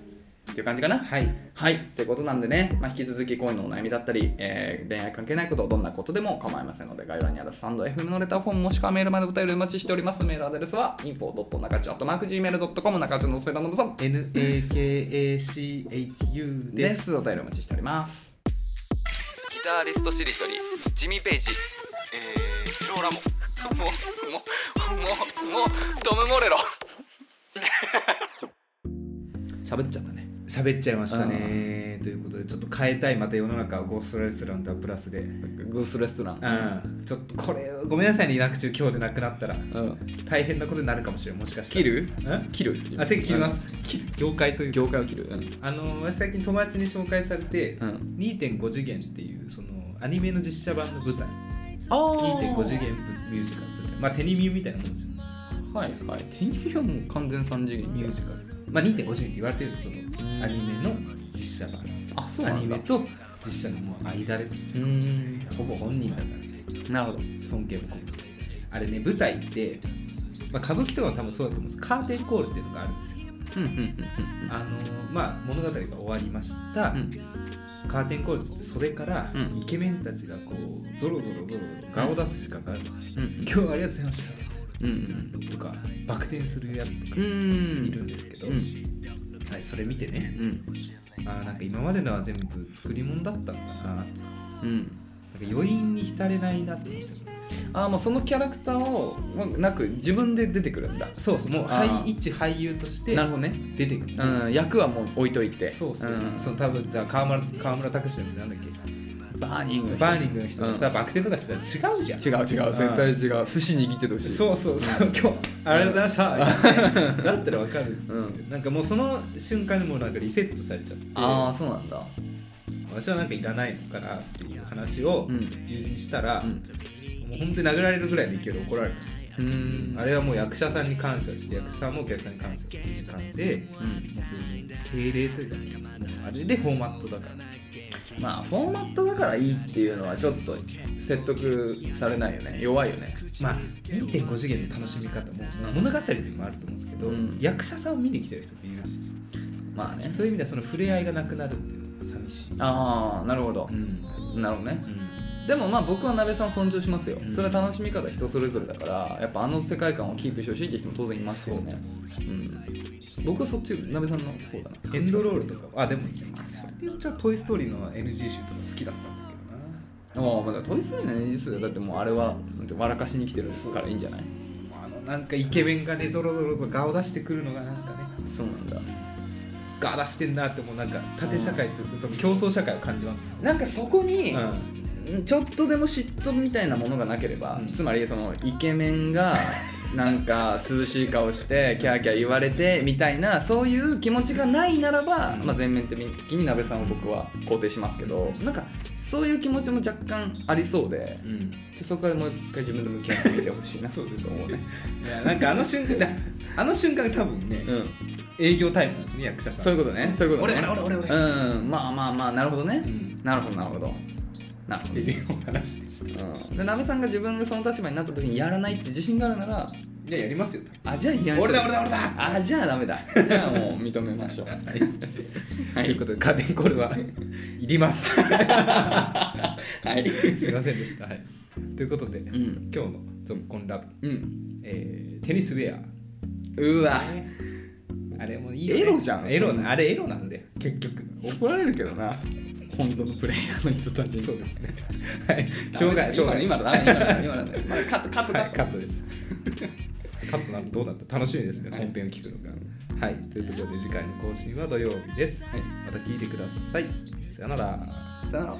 Speaker 2: っていう感じかない
Speaker 1: はい
Speaker 2: はいってことなんでね、まあ、引き続き恋のお悩みだったり、えー恋愛関係ないことどんなことでも構いませんので概要欄にあるスタンド FM のレターフォームもしくはメールまでお便りお待ちしておりますメールアドレスは info.nakachu.gmail.com 中中のスペラノブさん
Speaker 1: NAKACHU
Speaker 2: で
Speaker 1: です
Speaker 2: すお便りお待ちしておりますギタリストしりとりジミー・ペイジえー、ローラモもうもうもうもうトム・モレロ喋っちゃったね
Speaker 1: 喋っちゃいましたねということでちょっと変えたいまた世の中をゴーストレストランとはプラスでう
Speaker 2: グースレストラン
Speaker 1: んちょっとこれごめんなさいねなく中今日でなくなったら
Speaker 2: うん
Speaker 1: 大変なことになるかもしれんもしかしたら
Speaker 2: 切る
Speaker 1: うん
Speaker 2: 切るっていう
Speaker 1: あせ切ります業界というか
Speaker 2: 業界を切るうん
Speaker 1: あの私最近友達に紹介されて、
Speaker 2: うん
Speaker 1: 2.5次元っていうそのアニメの実写版の舞台
Speaker 2: あ
Speaker 1: 2.5次元ミュージカル舞台まあテニミューみたいなもんですよ
Speaker 2: はいはいテニフはもう完全3次元
Speaker 1: ミュージカルまあ2.5次元って言われてるんですそのアニメの実写
Speaker 2: あそう
Speaker 1: 版ア
Speaker 2: なんだ
Speaker 1: ニメと実写のもう間ですよ
Speaker 2: うー
Speaker 1: ほぼ本人だから
Speaker 2: んなるほど
Speaker 1: 尊敬も込めてあれね舞台って、まあ、歌舞伎とかも多分そうだと思うんですカーテンコールっていうのがあるんですよ
Speaker 2: うんうん
Speaker 1: あのまあ物語が終わりました、
Speaker 2: うんうん
Speaker 1: カーテンコールっつって袖から
Speaker 2: うん
Speaker 1: イケメンたちがこうゾロゾロゾロゾロ顔を出す時間があるんですよ、
Speaker 2: うんうん
Speaker 1: 今日はありがとうございまし
Speaker 2: うんうん
Speaker 1: たとかバク転するやつとか
Speaker 2: う
Speaker 1: いるん
Speaker 2: ん
Speaker 1: ですけど、
Speaker 2: うん
Speaker 1: はい、それ見てね
Speaker 2: うん
Speaker 1: あーなんか今までのは全部作り物だったんだなとかなんか
Speaker 2: うん
Speaker 1: 余韻に浸れないなって思っちゃうんですよ
Speaker 2: ああもうそのキャラクターをまあなく自分で出てくるんだ
Speaker 1: そうそうもう
Speaker 2: あー
Speaker 1: 俳一俳優として
Speaker 2: なるほどね、
Speaker 1: 出てくる、
Speaker 2: うん、役はもう置いといて
Speaker 1: そうそう、
Speaker 2: ん
Speaker 1: その多分じゃあ川村川村拓司のなんだっけ
Speaker 2: バーニング
Speaker 1: バーニングの人がさ、バク転とかしてたら違うじゃん
Speaker 2: 違う違う絶対違う寿司握っててほしい
Speaker 1: そうそうそう、今日、ありがとうございました、だったらわかる、
Speaker 2: うん
Speaker 1: なんかもうその瞬間にもうなんかリセットされちゃって、
Speaker 2: ああそうなんだ
Speaker 1: 私はなんかいらないのかなっていう話を
Speaker 2: うん
Speaker 1: 友人にしたら、
Speaker 2: うん
Speaker 1: もう本当に殴られるぐらいの勢いで怒られた、
Speaker 2: うーん
Speaker 1: あれはもう役者さんに感謝して、役者さんもお客さんに感謝する時間で、も
Speaker 2: うん
Speaker 1: うそういう敬礼というか、あれでフォーマットだから。
Speaker 2: まあフォーマットだからいいっていうのはちょっと説得されないよね弱いよね
Speaker 1: まあ、2.5次元の楽しみ方も、まあ物語にもあると思うんですけど、
Speaker 2: うん
Speaker 1: 役者さんを見に来てる人もいるんですよ
Speaker 2: まあね
Speaker 1: そういう意味ではその触れ合いがなくなるっていうのが寂しい。
Speaker 2: ああなるほど
Speaker 1: う、ん
Speaker 2: なるほどね
Speaker 1: う
Speaker 2: でもまあ僕は鍋さんを尊重しますよ、
Speaker 1: うん、
Speaker 2: それは楽しみ方人それぞれだからやっぱあの世界観をキープしてほしいって人も当然いますよねうん僕はそっち鍋さんの方だなん
Speaker 1: エンドロールとかあでもあそれで言っちゃうとトイ・ストーリー」の NG 集とか好きだったんだ
Speaker 2: ああまだトイスリーの演出だってもうあれはなんて笑かしに来てるからいいんじゃない
Speaker 1: けどなあのなんかイケメンがねゾロゾロと顔出してくるのがなんかね
Speaker 2: そうなんだ
Speaker 1: ガー出してんなってもうなんか縦社会というかその競争社会を感じますね
Speaker 2: なんかそこに、
Speaker 1: うん
Speaker 2: ちょっとでも嫉妬みたいなものがなければ、
Speaker 1: うん
Speaker 2: つまりそのイケメ
Speaker 1: [LAUGHS]
Speaker 2: ンがなんか涼しい顔してキャーキャー言われてみたいなそういう気持ちがないならば、
Speaker 1: うん
Speaker 2: まあ、全面的に鍋さんを僕は肯定しますけどなんかそういう気持ちも若干ありそうで
Speaker 1: うん
Speaker 2: でそこはもう一回自分で向き合ってみてほしい
Speaker 1: [LAUGHS]
Speaker 2: な
Speaker 1: そうです
Speaker 2: と
Speaker 1: ね
Speaker 2: 思うね、
Speaker 1: いやなんかあの瞬間だあの瞬間が多分ね、
Speaker 2: うん、
Speaker 1: 営業タイムなんですね役者さん
Speaker 2: そういうことねそういうことね
Speaker 1: 俺俺俺俺俺
Speaker 2: うんまあまあまあなるほどね、
Speaker 1: うん
Speaker 2: なるほどなるほどなっ
Speaker 1: ってて
Speaker 2: いう
Speaker 1: いうお話でした。
Speaker 2: うんで、鍋さんが自分がその立場になった時にやらないって自信があるなら、
Speaker 1: いや、やりますよ。
Speaker 2: あ、じゃあ批判して
Speaker 1: 俺だ、俺だ、俺だ
Speaker 2: あ、じゃあダメ [LAUGHS] だ。じゃあもう認めましょう。
Speaker 1: はい、
Speaker 2: は
Speaker 1: という
Speaker 2: い
Speaker 1: こ。とで、カーテンコール [LAUGHS] はいります。
Speaker 2: はい。
Speaker 1: すいませんでした。はい、ということで、
Speaker 2: うん。
Speaker 1: 今日のゾンコンラブ、
Speaker 2: うん。
Speaker 1: えーテニスウェア。
Speaker 2: うわ。
Speaker 1: あれもいいよね、
Speaker 2: エロじゃん
Speaker 1: エロな、あれエロなんで、結局。
Speaker 2: 怒られるけどな。本当のプレイヤーの人たちに。
Speaker 1: そうですね。はい、しょうがない、しょうがない。
Speaker 2: 今のダメ今のダメ今のダメまあカットカットカ
Speaker 1: はい
Speaker 2: ット
Speaker 1: カットです。カットなのどうなった楽しみですね、
Speaker 2: はい
Speaker 1: 本編を聞くのが。はい、ということで、次回の更新は土曜日です。
Speaker 2: はい
Speaker 1: また聞いてください。さよなら。
Speaker 2: さよなら